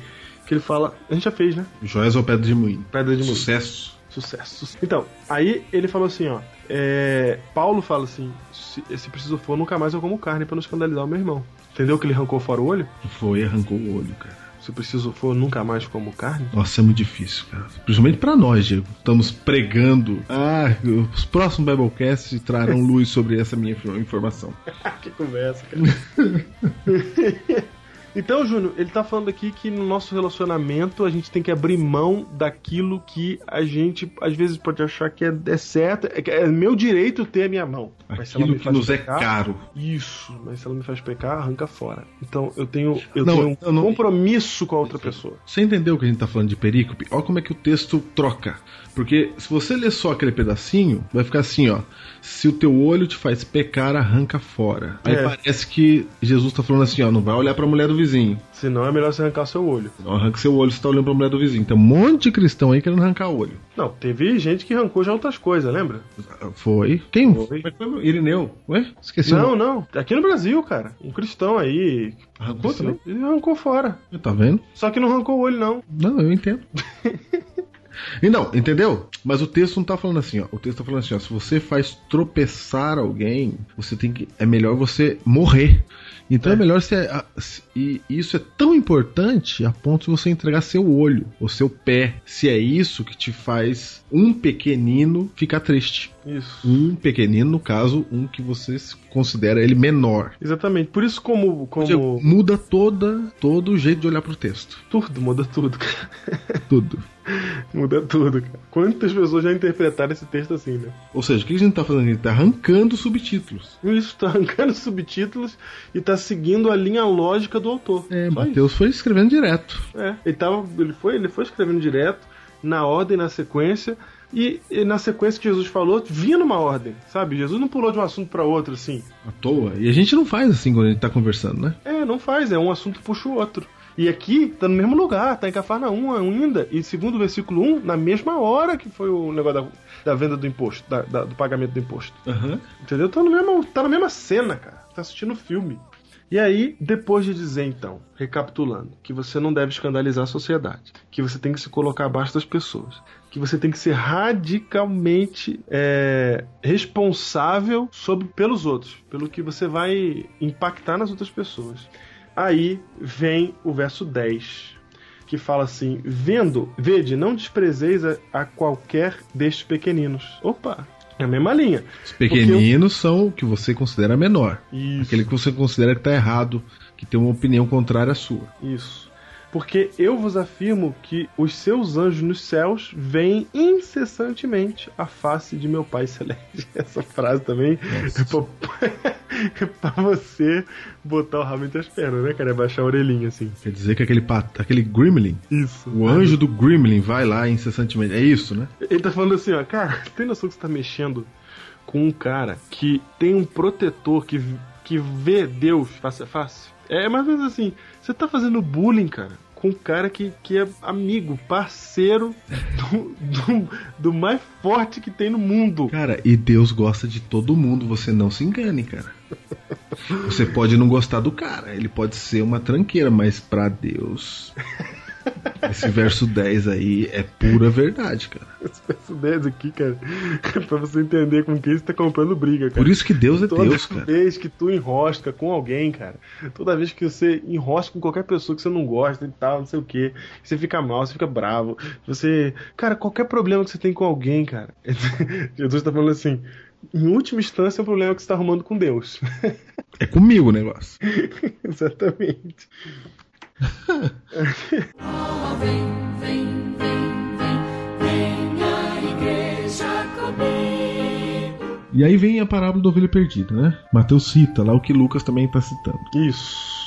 S3: Que ele fala, a gente já fez, né?
S2: Joias ou pedra de moinho?
S3: Pedra de música.
S2: Sucesso.
S3: Sucesso. Suce- Então, aí ele falou assim, ó. é, Paulo fala assim: se, se preciso for, nunca mais eu como carne pra não escandalizar o meu irmão. Entendeu que ele arrancou fora o olho?
S2: Foi, arrancou o olho, cara.
S3: Se preciso for, nunca mais como carne.
S2: Nossa, é muito difícil, cara. Principalmente pra nós, Diego. Estamos pregando. Ah, os próximos Biblecasts trarão luz sobre essa minha inf- informação.
S3: que conversa, cara. então, Júnior, ele tá falando aqui que no nosso relacionamento a gente tem que abrir mão daquilo que a gente às vezes pode achar que é, é certo. É, que é meu direito ter a minha mão. Mas se ela
S2: Aquilo
S3: me
S2: que
S3: faz
S2: nos é
S3: pecar-
S2: caro.
S3: Isso, mas se ela me faz pecar, arranca fora. Então eu tenho, eu
S2: Não,
S3: tenho
S2: eu
S3: um
S2: não-
S3: compromisso com a outra pessoa.
S2: Você entendeu que a gente tá falando de perícope? Olha como é que o texto troca. Porque se você ler só aquele pedacinho, vai ficar assim, ó. Se o teu olho te faz pecar, arranca fora. Aí
S3: É.
S2: parece que Jesus tá falando assim, ó, não vai olhar pra mulher do vizinho.
S3: Senão é melhor você arrancar o seu olho.
S2: Não arranca seu olho, você tá olhando pra mulher do vizinho. Tem um monte de cristão aí querendo arrancar o olho.
S3: Não, teve gente que arrancou já outras coisas, lembra?
S2: Foi. Quem?
S3: Foi.
S2: Mas foi meu- Irineu. Ué? Esqueci. o
S3: Não,
S2: nome.
S3: não. Aqui no Brasil, cara. Um cristão aí.
S2: Arrancou também?
S3: Ele arrancou fora.
S2: Ah, Tá vendo?
S3: Só que não arrancou o olho, não.
S2: Não, eu entendo. Então, entendeu? Mas o texto não tá falando assim, ó. O texto tá falando assim, ó. Se você faz tropeçar alguém, você tem que. É melhor você morrer. Então é, melhor você. a- se- E isso é tão importante a ponto de você entregar seu olho, ou seu pé. Se é isso que te faz um pequenino ficar triste.
S3: Isso.
S2: Um pequenino, no caso, um que você se considera ele menor.
S3: Exatamente. Por isso, como. como...
S2: Diego, Muda toda, todo o jeito de olhar pro texto.
S3: Tudo, muda tudo, cara.
S2: Tudo.
S3: Muda tudo, cara. Quantas pessoas já interpretaram esse texto assim, né?
S2: Ou seja, o que a gente tá fazendo? A gente tá arrancando subtítulos.
S3: Isso, tá arrancando subtítulos e tá seguindo a linha lógica do autor.
S2: É,
S3: Só
S2: Matheus foi escrevendo direto.
S3: É, ele, tava, ele, foi, ele foi escrevendo direto, na ordem, na sequência, e, e na sequência que Jesus falou, vinha numa ordem, sabe? Jesus não pulou de um assunto para outro assim.
S2: À toa. E a gente não faz assim quando a gente tá conversando, né?
S3: É, não faz, é um assunto puxa o outro. E aqui tá no mesmo lugar, tá em Cafarnaum ainda, e segundo o versículo 1, na mesma hora que foi o negócio da, da venda do imposto, da- da- do pagamento do imposto.
S2: Aham.
S3: Entendeu? Tá, no mesmo, tá na mesma cena, cara. Tá assistindo o filme. E aí, depois de dizer então, recapitulando, que você não deve escandalizar a sociedade, que você tem que se colocar abaixo das pessoas, que você tem que ser radicalmente é, responsável sobre, pelos outros, pelo que você vai impactar nas outras pessoas. Aí vem o verso 10, que fala assim: Vendo, vede, não desprezeis a, a qualquer destes pequeninos. Opa! É a mesma linha.
S2: Os pequeninos são o que você considera menor.
S3: Isso.
S2: Aquele que você considera que está errado, que tem uma opinião contrária à sua.
S3: Isso. Porque eu vos afirmo que os seus anjos nos céus veem incessantemente a face de meu Pai Celeste. Essa frase também é pra, é pra você botar o rabo entre as pernas, né, cara? É baixar a orelhinha, assim.
S2: Quer dizer que aquele, pat... aquele gremlin,
S3: Isso.
S2: o anjo do gremlin vai lá incessantemente. É isso, né?
S3: Ele tá falando assim, ó, cara, tem noção que você tá mexendo com um cara que tem um protetor que, que vê Deus face a face? É mais ou menos assim, você tá fazendo bullying, cara, com um cara que, que é amigo, parceiro do, do, do mais forte que tem no mundo.
S2: Cara, e Deus gosta de todo mundo, você não se engane, cara. Você pode não gostar do cara, ele pode ser uma tranqueira, mas pra Deus. Esse verso 10 aí é pura verdade, cara.
S3: Esse verso 10 aqui, cara, é pra você entender com quem você tá comprando briga, cara.
S2: Por isso que Deus é
S3: Toda
S2: Deus, cara.
S3: vez que tu enrosca com alguém, cara, toda vez que você enrosca com qualquer pessoa que você não gosta e tal, não sei o que, você fica mal, você fica bravo, você. Cara, qualquer problema que você tem com alguém, cara, Jesus tá falando assim. Em última instância, é um problema que você tá arrumando com Deus.
S2: É comigo o negócio.
S3: Exatamente.
S5: Alma vem, vem, vem, vem, vem a igreja comigo.
S2: E aí vem a parábola da ovelha perdida, né? Mateus cita lá o que Lucas também tá citando.
S3: Isso.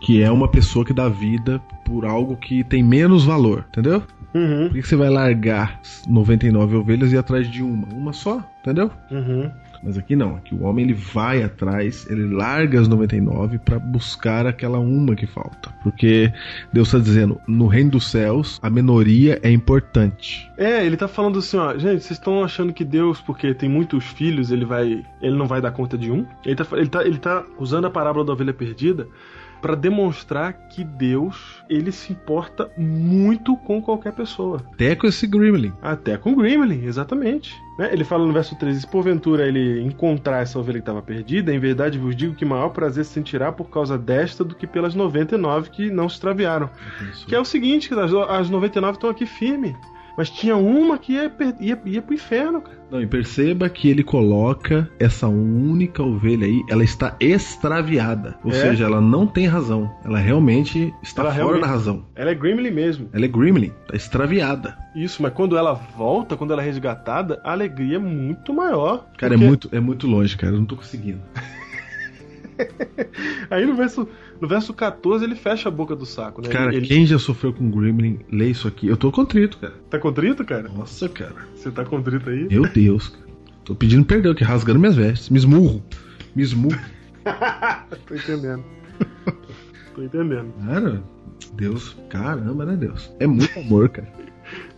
S2: Que é uma pessoa que dá vida por algo que tem menos valor, entendeu?
S3: Uhum,
S2: Por que que você vai largar 99 ovelhas e ir atrás de uma? Uma só, entendeu?
S3: uhum.
S2: Mas aqui não, aqui o homem ele vai atrás, ele larga as 99 para buscar aquela uma que falta. Porque Deus está dizendo, no reino dos céus, a minoria é importante.
S3: É, ele tá falando assim, ó, gente, vocês estão achando que Deus, porque tem muitos filhos, ele vai, ele não vai dar conta de um? Ele tá, ele tá, ele tá usando a parábola da ovelha perdida pra demonstrar que Deus, ele se importa muito com qualquer pessoa.
S2: Até com esse gremlin.
S3: Até com o Gremlin, exatamente. Né? Ele fala no verso 13: Se porventura ele encontrar essa ovelha que estava perdida, em verdade vos digo que maior prazer se sentirá por causa desta do que pelas 99 que não se extraviaram. Que é o seguinte: que as, as 99 estão aqui firme. Mas tinha uma que ia, per- ia, ia pro inferno, cara.
S2: Não, e perceba que ele coloca essa única ovelha aí, ela está extraviada. Ou
S3: É.
S2: seja, ela não tem razão. Ela realmente está
S3: Ela
S2: fora
S3: realmente-
S2: da razão.
S3: Ela é Gremlin mesmo.
S2: Ela é gremlin, está extraviada.
S3: Isso, mas quando ela volta, quando ela é resgatada, a alegria é muito maior.
S2: Cara,
S3: Porque-
S2: é, muito, é muito longe, cara. Eu não tô conseguindo.
S3: Aí no verso, no verso 14 ele fecha a boca do saco, né?
S2: Cara,
S3: ele, ele-
S2: quem já sofreu com gremlin, lê isso aqui. Eu tô contrito, cara.
S3: Tá contrito, cara?
S2: Nossa, cara.
S3: Você tá contrito aí?
S2: Meu Deus, cara. Tô pedindo perdão aqui, rasgando minhas vestes. Me esmurro. Me esmurro.
S3: Tô entendendo. Tô entendendo.
S2: Cara, Deus. Caramba, né, Deus? É muito amor, cara.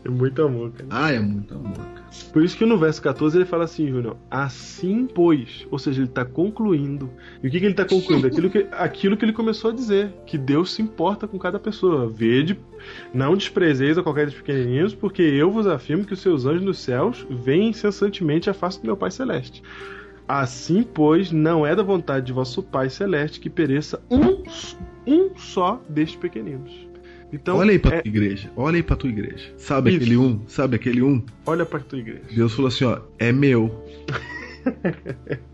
S3: É muito amor, cara.
S2: Ah, é muito amor, cara.
S3: Por isso que no verso 14 ele fala assim, Júnior, assim pois. Ou seja, ele tá concluindo. E o que, que ele tá concluindo? Aquilo que, aquilo que ele começou a dizer. Que Deus se importa com cada pessoa. Vede, não desprezeis a qualquer dos pequenininhos, porque eu vos afirmo que os seus anjos nos céus veem incessantemente a face do meu Pai Celeste. Assim, pois, não é da vontade de vosso Pai Celeste que pereça um, um só destes pequeninos. Então,
S2: olha aí pra
S3: é-
S2: tua igreja. Olha aí pra tua igreja. Sabe
S3: Isso.
S2: aquele um? Sabe aquele um?
S3: olha pra tua igreja.
S2: Deus falou assim, ó. É meu.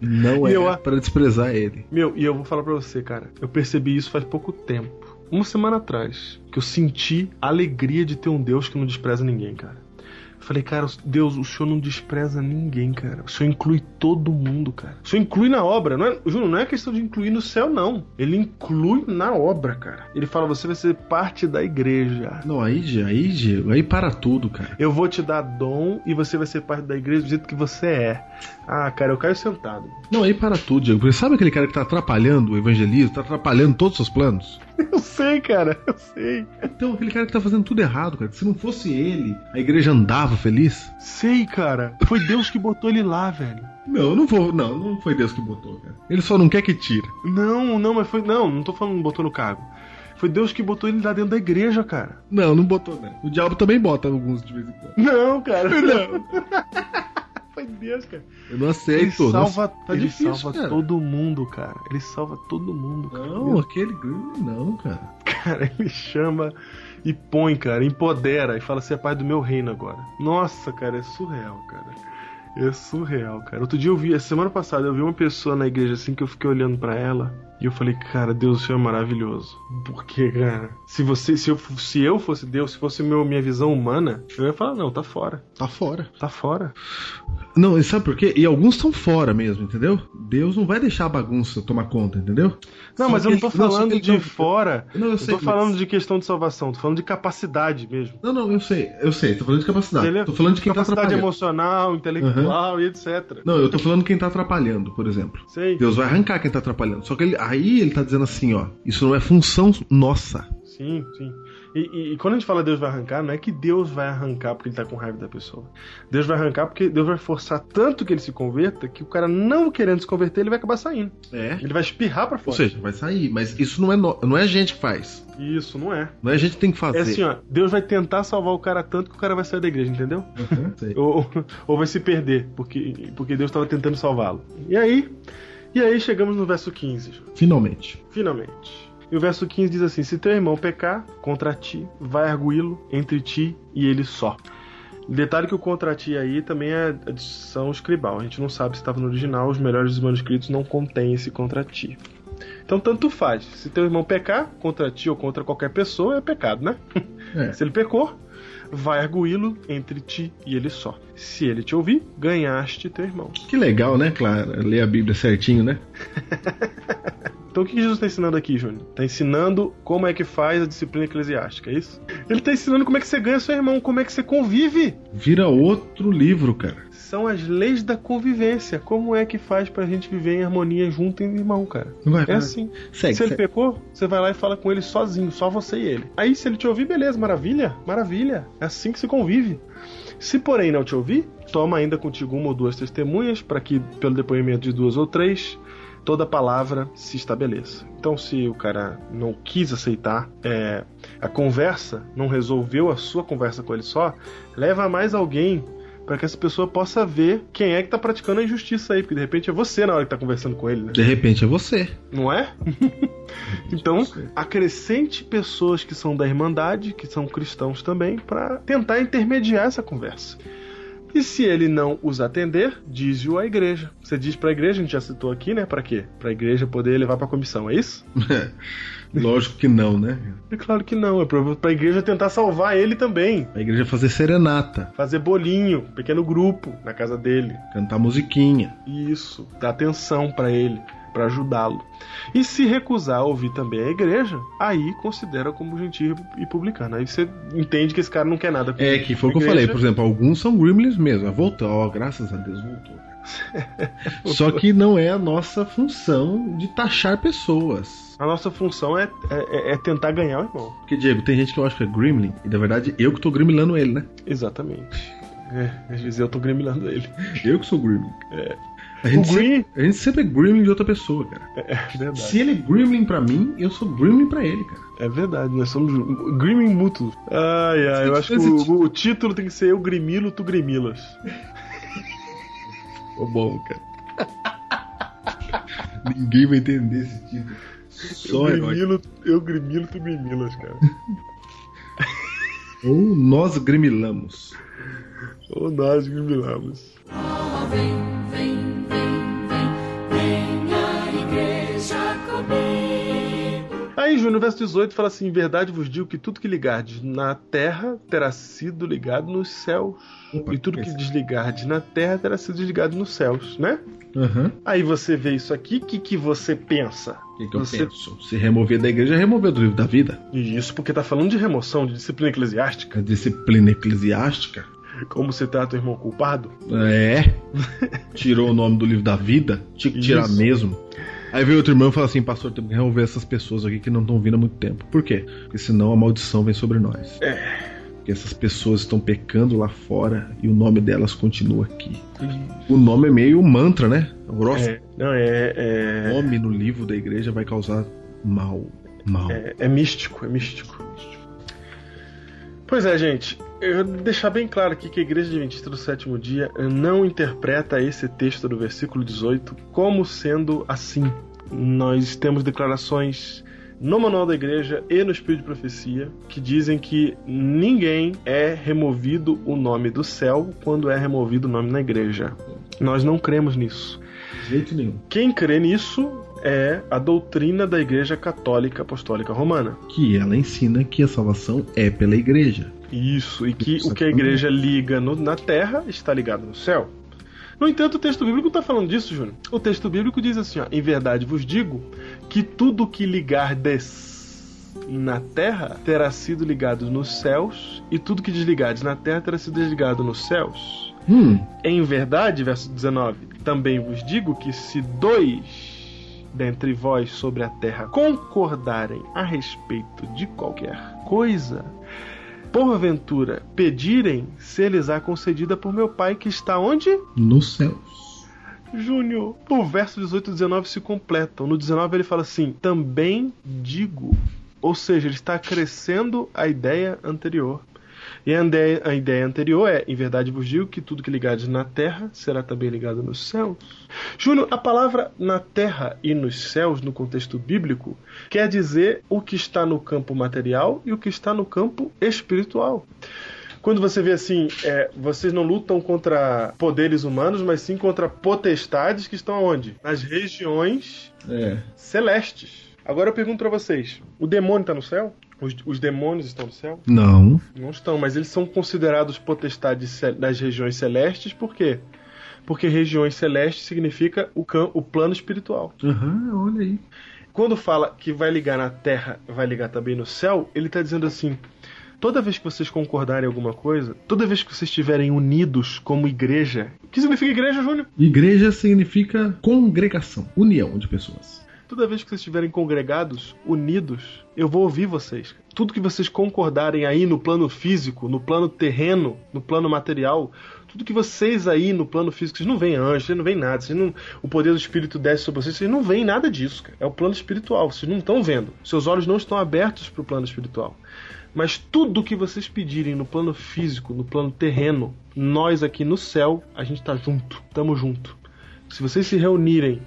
S2: Não é
S3: Meu, a-
S2: pra desprezar ele.
S3: Meu, e eu vou falar pra você, cara. Eu percebi isso faz pouco tempo. Uma semana atrás. Que eu senti a alegria de ter um Deus que não despreza ninguém, cara. Eu Falei, cara, Deus, o senhor não despreza ninguém, cara. O senhor inclui todo mundo, cara. O senhor inclui na obra, não é? Juro, não é questão de incluir no céu, não. Ele inclui na obra, cara. Ele fala, você vai ser parte da igreja.
S2: Não, aí, Diego, aí, Diego, aí para tudo, cara.
S3: Eu vou te dar dom e você vai ser parte da igreja do jeito que você é. Ah, cara, eu caio sentado.
S2: Não, aí para tudo, Diego. Porque sabe aquele cara que tá atrapalhando o evangelismo, tá atrapalhando todos os seus planos?
S3: Eu sei, cara, eu sei.
S2: Então, aquele cara que tá fazendo tudo errado, cara. Se não fosse ele, a igreja andava feliz?
S3: Sei, cara. Foi Deus que botou ele lá, velho.
S2: Não, não vou. Não, não foi Deus que botou, cara. Ele só não quer que tire.
S3: Não, não, mas foi. Não, não tô falando botou no cargo. Foi Deus que botou ele lá dentro da igreja, cara.
S2: Não, não botou, né? O diabo também bota alguns de vez em quando.
S3: Não, cara. Não. foi Deus, cara.
S2: Eu não
S3: Ele
S2: aceito. não
S3: salva,
S2: aceito. Tá
S3: ele
S2: difícil,
S3: salva
S2: cara.
S3: todo mundo, cara. Ele salva todo mundo, cara.
S2: Não, aquele Green não, cara.
S3: Cara, ele chama e põe, cara, empodera e fala assim: é pai do meu reino agora. Nossa, cara, é surreal, cara. É surreal, cara. Outro dia eu vi, essa semana passada, eu vi uma pessoa na igreja assim que eu fiquei olhando pra ela e eu falei: cara, Deus, o Senhor é maravilhoso. Por quê, cara? Se você, se eu, f- se eu fosse Deus, se fosse meu, minha visão humana, eu ia falar: não, tá fora,
S2: Tá fora.
S3: tá fora.
S2: Não, e sabe por quê? E alguns estão fora mesmo, entendeu? Deus não vai deixar a bagunça tomar conta, entendeu?
S3: Não,
S2: Só
S3: mas eu não
S2: que
S3: tô
S2: ele- não, só
S3: falando
S2: que ele
S3: de
S2: não-
S3: fora.
S2: Não, eu
S3: eu
S2: sei, mas-
S3: tô falando de questão de salvação, tô falando de capacidade mesmo.
S2: Não, não, eu sei, eu sei. Tô falando de capacidade.
S3: Entendeu?
S2: Tô falando de quem tá
S3: é capacidade
S2: atrapalhando.
S3: emocional, intelectual e etc.
S2: Não, eu tô falando quem tá atrapalhando, por exemplo.
S3: Sei.
S2: Deus vai arrancar quem tá atrapalhando. Só que ele, aí ele tá dizendo assim, ó. Isso não é função nossa.
S3: Sim, sim. E, e- e quando a gente fala Deus vai arrancar, não é que Deus vai arrancar porque ele tá com raiva da pessoa. Deus vai arrancar porque Deus vai forçar tanto que ele se converta que o cara não querendo se converter, ele vai acabar saindo.
S2: É.
S3: Ele vai espirrar pra
S2: Ou
S3: fora.
S2: seja, vai sair, mas isso não é, no- não é a gente que faz.
S3: Isso, não é.
S2: Não é a gente que tem que fazer.
S3: É assim, ó. Deus vai tentar salvar o cara tanto que o cara vai sair da igreja, entendeu?
S2: Uhum, sei.
S3: ou, ou vai se perder, porque, porque Deus estava tentando salvá-lo. E aí, e aí chegamos no verso 15,
S2: Finalmente.
S3: finalmente. E o verso 15 diz assim: Se teu irmão pecar contra ti, vai arguí-lo entre ti e ele só. Detalhe que o contra ti aí também é a edição escribal. A gente não sabe se estava no original, os melhores manuscritos não contêm esse contra ti. Então tanto faz. Se teu irmão pecar contra ti ou contra qualquer pessoa, é pecado, né?
S2: É.
S3: Se ele pecou, vai arguí-lo entre ti e ele só. Se ele te ouvir, ganhaste teu irmão.
S2: Que legal, né, Clara? Ler a Bíblia certinho, né?
S3: Então o que Jesus está ensinando aqui, Júnior? Está ensinando como é que faz a disciplina eclesiástica, é isso? Ele está ensinando como é que você ganha seu irmão, como é que você convive.
S2: Vira outro livro, cara.
S3: São as leis da convivência. Como é que faz pra gente viver em harmonia junto em irmão, cara?
S2: Não vai,
S3: É
S2: vai.
S3: assim.
S2: Segue,
S3: Se ele
S2: segue.
S3: pecou, você vai lá e fala com ele sozinho, só você e ele. Aí, se ele te ouvir, beleza, maravilha, maravilha. É assim que se convive. Se, porém, não te ouvir, toma ainda contigo uma ou duas testemunhas, para que, pelo depoimento de duas ou três, toda palavra se estabeleça. Então, se o cara não quis aceitar é, a conversa, não resolveu a sua conversa com ele só, leva mais alguém. Para que essa pessoa possa ver quem é que tá praticando a injustiça aí, porque de repente é você na hora que tá conversando com ele, né?
S2: De repente é você.
S3: Não é? então, acrescente pessoas que são da Irmandade, que são cristãos também, para tentar intermediar essa conversa. E se ele não os atender, diz-o à igreja. Você diz para a igreja, a gente já citou aqui, né? Para quê? Para a igreja poder levar para a comissão, é isso?
S2: Lógico que não, né?
S3: É claro que não, é para a igreja tentar salvar ele também.
S2: A igreja é fazer serenata,
S3: Fazer bolinho, um pequeno grupo na casa dele.
S2: cantar musiquinha.
S3: Isso, dá atenção para ele, para ajudá-lo. E se recusar a ouvir também a igreja, aí considera como gentil e publicano. Aí você entende que esse cara não quer nada com
S2: É, que foi o que
S3: com a
S2: eu falei. Por
S3: igreja.
S2: exemplo, alguns são gremlins mesmo. Voltou, ó, graças a Deus voltou. Só que não é a nossa função de taxar pessoas.
S3: A nossa função é, é- é tentar ganhar o irmão.
S2: Porque, Diego, tem gente que eu acho que é gremlin, e na verdade eu que tô gremlinando ele, né?
S3: Exatamente. É, às vezes eu tô gremilando ele.
S2: Eu que sou gremlin. A
S3: É. O
S2: gente, sempre,
S3: Green
S2: a gente sempre é gremlin de outra pessoa, cara.
S3: é verdade.
S2: Se ele é gremlin pra mim, eu sou gremlin pra ele, cara.
S3: É verdade, nós somos Grimming mútuo. Ai, ai, eu acho que o, o título tem que ser Eu Grimilo, Tu Grimilas.
S2: Ô bom, cara. Ninguém vai entender esse título.
S3: Eu
S2: Só um herói.
S3: grimilo, eu grimilo, tu grimilas, cara.
S2: Ou nós gremilamos.
S3: Ou nós grimilamos.
S5: Vem, vem, vem, vem, vem à igreja comigo.
S3: Aí, Júnior, verso 18 fala assim: Em verdade vos digo que tudo que ligardes na terra terá sido ligado nos céus.
S2: Opa,
S3: e tudo que
S2: esse-
S3: desligardes na terra terá sido desligado nos céus, né?
S2: Aham.
S3: Aí você vê isso aqui, o que, que você pensa?
S2: O que, que eu
S3: Você-
S2: penso? Se remover da igreja, é remover do livro da vida.
S3: E isso porque tá falando de remoção, de disciplina eclesiástica.
S2: A disciplina eclesiástica.
S3: Como você trata o irmão culpado?
S2: É. Tirou o nome do livro da vida. Tinha que tirar
S3: Isso.
S2: mesmo. Aí veio outro irmão e falou assim: Pastor, tem que remover essas pessoas aqui que não estão vindo há muito tempo. Por quê? Porque senão a maldição vem sobre nós. que essas pessoas estão pecando lá fora e o nome delas continua aqui. O nome é meio mantra, né? O
S3: É, não, é, é,
S2: nome no livro da igreja vai causar mal. Mal.
S3: é, é místico, é místico. Pois é, gente. Eu vou deixar bem claro aqui que a Igreja Adventista do Sétimo Dia não interpreta esse texto do versículo 18 como sendo assim. Nós temos declarações no Manual da Igreja e no Espírito de Profecia que dizem que ninguém é removido o nome do céu quando é removido o nome na igreja. Nós não cremos nisso.
S2: De jeito nenhum.
S3: Quem crê nisso é a doutrina da Igreja Católica Apostólica Romana.
S2: Que ela ensina que a salvação é pela igreja.
S3: Isso, e que o que a
S2: Exatamente.
S3: igreja liga no- na terra está ligado no céu. No entanto, o texto bíblico não está falando disso, Júnior. O texto bíblico diz assim: ó, em verdade vos digo que tudo que ligardes na terra terá sido ligado nos céus, e tudo que desligardes na terra terá sido desligado nos céus.
S2: Hum,
S3: Em verdade, verso 19, também vos digo que se dois dentre vós sobre a terra concordarem a respeito de qualquer coisa, porventura pedirem, se lhes há concedida por meu Pai que está onde?
S2: nos céus.
S3: Júnior. O verso 18 e 19 se completam. No 19 ele fala assim: também digo. Ou seja, ele está acrescendo a ideia anterior. E a ande- a ideia anterior é: em verdade vos digo que tudo que ligares na terra será também ligado nos céus. Júnior, a palavra na terra e nos céus, no contexto bíblico, quer dizer o que está no campo material e o que está no campo espiritual. Quando você vê assim, é, vocês não lutam contra poderes humanos, mas sim contra potestades que estão onde? Nas regiões
S2: É.
S3: celestes. Agora eu pergunto pra vocês: o demônio está no céu? Os, os demônios estão no céu?
S2: Não.
S3: Não estão, mas eles são considerados potestades ce- das regiões celestes, por quê? Porque regiões celestes significa o, cam- o plano espiritual.
S2: Aham, olha aí.
S3: Quando fala que vai ligar na terra, vai ligar também no céu, ele está dizendo assim: toda vez que vocês concordarem em alguma coisa, toda vez que vocês estiverem unidos como igreja. O que significa igreja, Júnior?
S2: Igreja significa congregação, união de pessoas.
S3: Toda vez que vocês estiverem congregados, unidos, eu vou ouvir vocês. Tudo que vocês concordarem aí no plano físico, no plano terreno, no plano material, tudo que vocês aí no plano físico, vocês não veem anjos, vocês não veem nada, vocês não, o poder do Espírito desce sobre vocês, vocês não veem nada disso. Cara. É o plano espiritual, vocês não estão vendo. Seus olhos não estão abertos para o plano espiritual. Mas tudo que vocês pedirem no plano físico, no plano terreno, nós aqui no céu, a gente tá junto, tamo junto. Se vocês se reunirem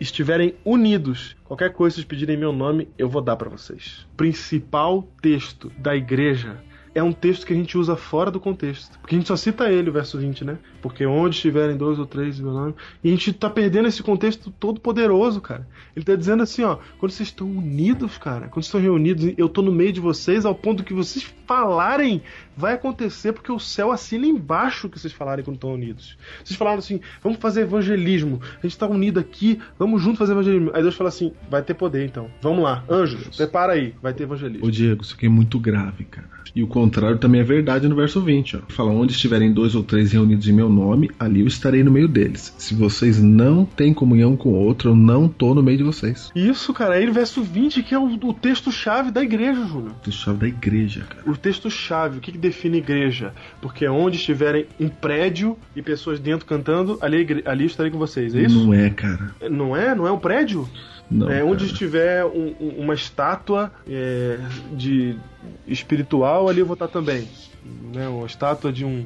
S3: estiverem unidos, qualquer coisa vocês pedirem em meu nome, eu vou dar para vocês. Principal texto da igreja é um texto que a gente usa fora do contexto. Porque a gente só cita ele, o verso 20, né? Porque onde estiverem dois ou três em meu nome. E a gente tá perdendo esse contexto todo poderoso, cara. Ele tá dizendo assim, ó, quando vocês estão unidos, cara, quando vocês estão reunidos, eu tô no meio de vocês ao ponto que vocês falarem, vai acontecer porque o céu assina embaixo o que vocês falarem quando estão unidos. Vocês falaram assim, vamos fazer evangelismo, a gente tá unido aqui, vamos junto fazer evangelismo. Aí Deus fala assim, vai ter poder então, vamos lá, anjos, prepara aí, vai ter evangelismo.
S2: Ô Diego, isso aqui é muito grave, cara. E o contrário também é verdade no verso 20, ó. Fala, onde estiverem dois ou três reunidos em meu nome, ali eu estarei no meio deles. Se vocês não têm comunhão com o outro, eu não tô no meio de vocês.
S3: Isso, cara, aí no verso 20 que é o, o texto-chave da igreja, Júnior.
S2: Isso é chave da igreja, cara.
S3: O texto-chave, o que, que define igreja? Porque onde estiverem um prédio e pessoas dentro cantando, ali, é igre- ali eu estarei com vocês, é isso?
S2: Não é, cara.
S3: Não, é? Não é um prédio?
S2: Não.
S3: é onde
S2: cara.
S3: estiver um- um- uma estátua é, de espiritual, ali eu vou estar também. Né? Uma estátua de um,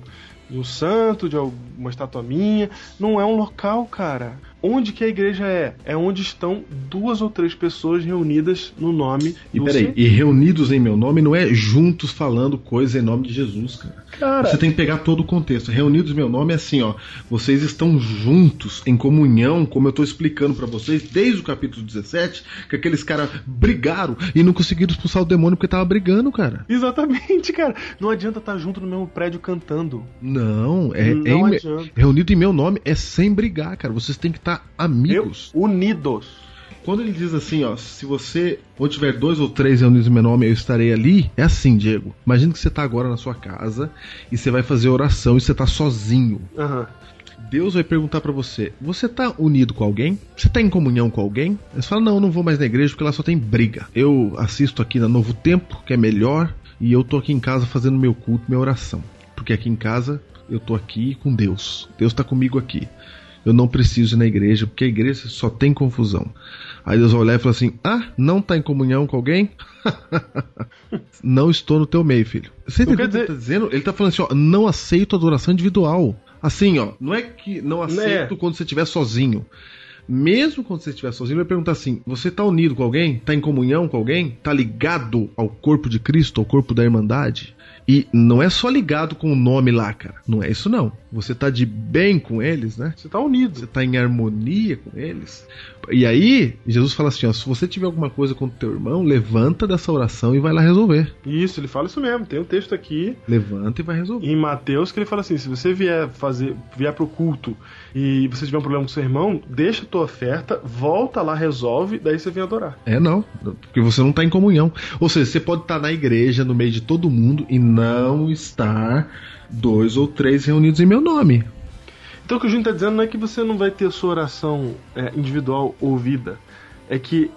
S3: de um santo, de al- uma estátua minha. Não é um local, cara. Onde que a igreja é? É onde estão duas ou três pessoas reunidas no nome
S2: E
S3: do
S2: peraí, e reunidos em meu nome não é juntos falando coisa em nome de Jesus, cara.
S3: Cara,
S2: Você tá- tem que pegar todo o contexto. Reunidos, meu nome é assim, ó. Vocês estão juntos, em comunhão, como eu tô explicando pra vocês desde o capítulo 17, que aqueles caras brigaram e não conseguiram expulsar o demônio porque tava brigando, cara.
S3: Exatamente, cara. Não adianta estar junto no mesmo prédio cantando.
S2: Não, é,
S3: Não
S2: é em-
S3: adianta.
S2: reunido em meu nome é sem brigar, cara. Vocês têm que estar amigos.
S3: Eu- unidos.
S2: Quando ele diz assim, ó, se você ou tiver dois ou três reunidos em meu nome, eu estarei ali, é assim, Diego. Imagina que você tá agora na sua casa e você vai fazer oração e você tá sozinho.
S3: Aham.
S2: Deus vai perguntar pra você: você tá unido com alguém? Você tá em comunhão com alguém? Aí Você fala: não, eu não vou mais na igreja porque lá só tem briga. Eu assisto aqui na Novo Tempo, que é melhor. e eu tô aqui em casa fazendo meu culto, minha oração. Porque aqui em casa eu tô aqui com Deus. Deus está comigo aqui. Eu não preciso ir na igreja, porque a igreja só tem confusão. Aí Deus vai olhar e fala assim: Ah, não tá em comunhão com alguém? não estou no teu meio, filho. Você
S3: Não
S2: entendeu o
S3: quer
S2: que ele tá dizendo? Ele tá falando assim: ó, não aceito adoração individual. Assim, ó, não é que não aceito quando você estiver sozinho. Mesmo quando você estiver sozinho, ele vai perguntar assim: você tá unido com alguém? Tá em comunhão com alguém? Tá ligado ao corpo de Cristo, ao corpo da Irmandade? E não é só ligado com o nome lá, cara. Não é isso, não. Você tá de bem com eles, né?
S3: Você tá unido.
S2: Você tá em harmonia com eles. E aí, Jesus fala assim: ó, se você tiver alguma coisa com o teu irmão, levanta dessa oração e vai lá resolver.
S3: Isso, ele fala isso mesmo. Tem um texto aqui
S2: Levanta e vai resolver.
S3: em Mateus que ele fala assim: se você vier fazer, vier pro culto e você tiver um problema com seu irmão, deixa a tua oferta, volta lá, resolve, daí você vem adorar.
S2: É, não. Porque você não tá em comunhão. Ou seja, você pode estar na igreja, no meio de todo mundo, e não estar dois ou três reunidos em meu nome.
S3: Então o que o Júnior tá dizendo não é que você não vai ter a sua oração é, individual ouvida. É que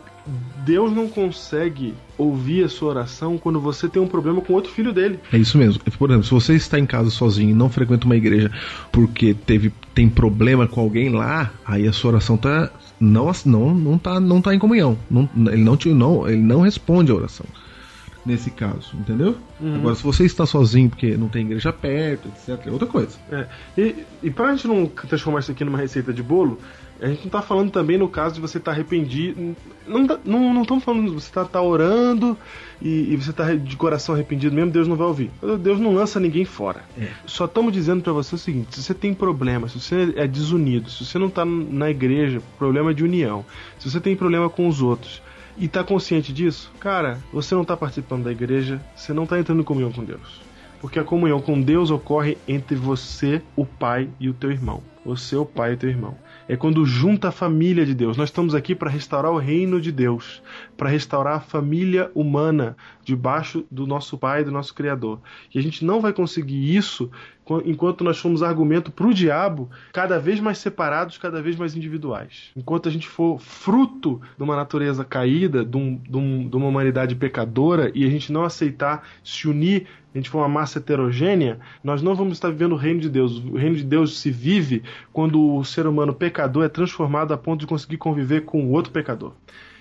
S3: Deus não consegue ouvir a sua oração quando você tem um problema com outro filho dele.
S2: É isso mesmo. Por exemplo, se você está em casa sozinho e não frequenta uma igreja porque teve, tem problema com alguém lá, aí a sua oração tá não não não tá não tá em comunhão. Não- ele não te não ele não responde a oração. Nesse caso, entendeu? Agora, se você está sozinho porque não tem igreja perto, etc, é outra coisa.
S3: É, E, e pra gente não transformar isso aqui numa receita de bolo, a gente não tá falando também no caso de você estar arrependido. Não, tá- não, não estamos falando de você tá, tá orando e, e você tá de coração arrependido mesmo, Deus não vai ouvir. Deus não lança ninguém fora. Só estamos dizendo pra você o seguinte: se você tem problemas, se você é desunido, se você não tá na igreja, problema de união, se você tem problema com os outros. E tá consciente disso? Cara, você não tá participando da igreja, você não tá entrando em comunhão com Deus. Porque a comunhão com Deus ocorre entre você, o Pai e o teu irmão. Você, o Pai e o teu irmão. É quando junta a família de Deus. Nós estamos aqui para restaurar o reino de Deus, para restaurar a família humana debaixo do nosso Pai, do nosso Criador. E a gente não vai conseguir isso qu- enquanto nós formos argumento para o diabo, cada vez mais separados, cada vez mais individuais. Enquanto a gente for fruto de uma natureza caída, de, um- de um- de uma humanidade pecadora, e a gente não aceitar se unir, a gente for uma massa heterogênea, nós não vamos estar vivendo o reino de Deus. O reino de Deus se vive quando o ser humano pecador é transformado a ponto de conseguir conviver com o outro pecador.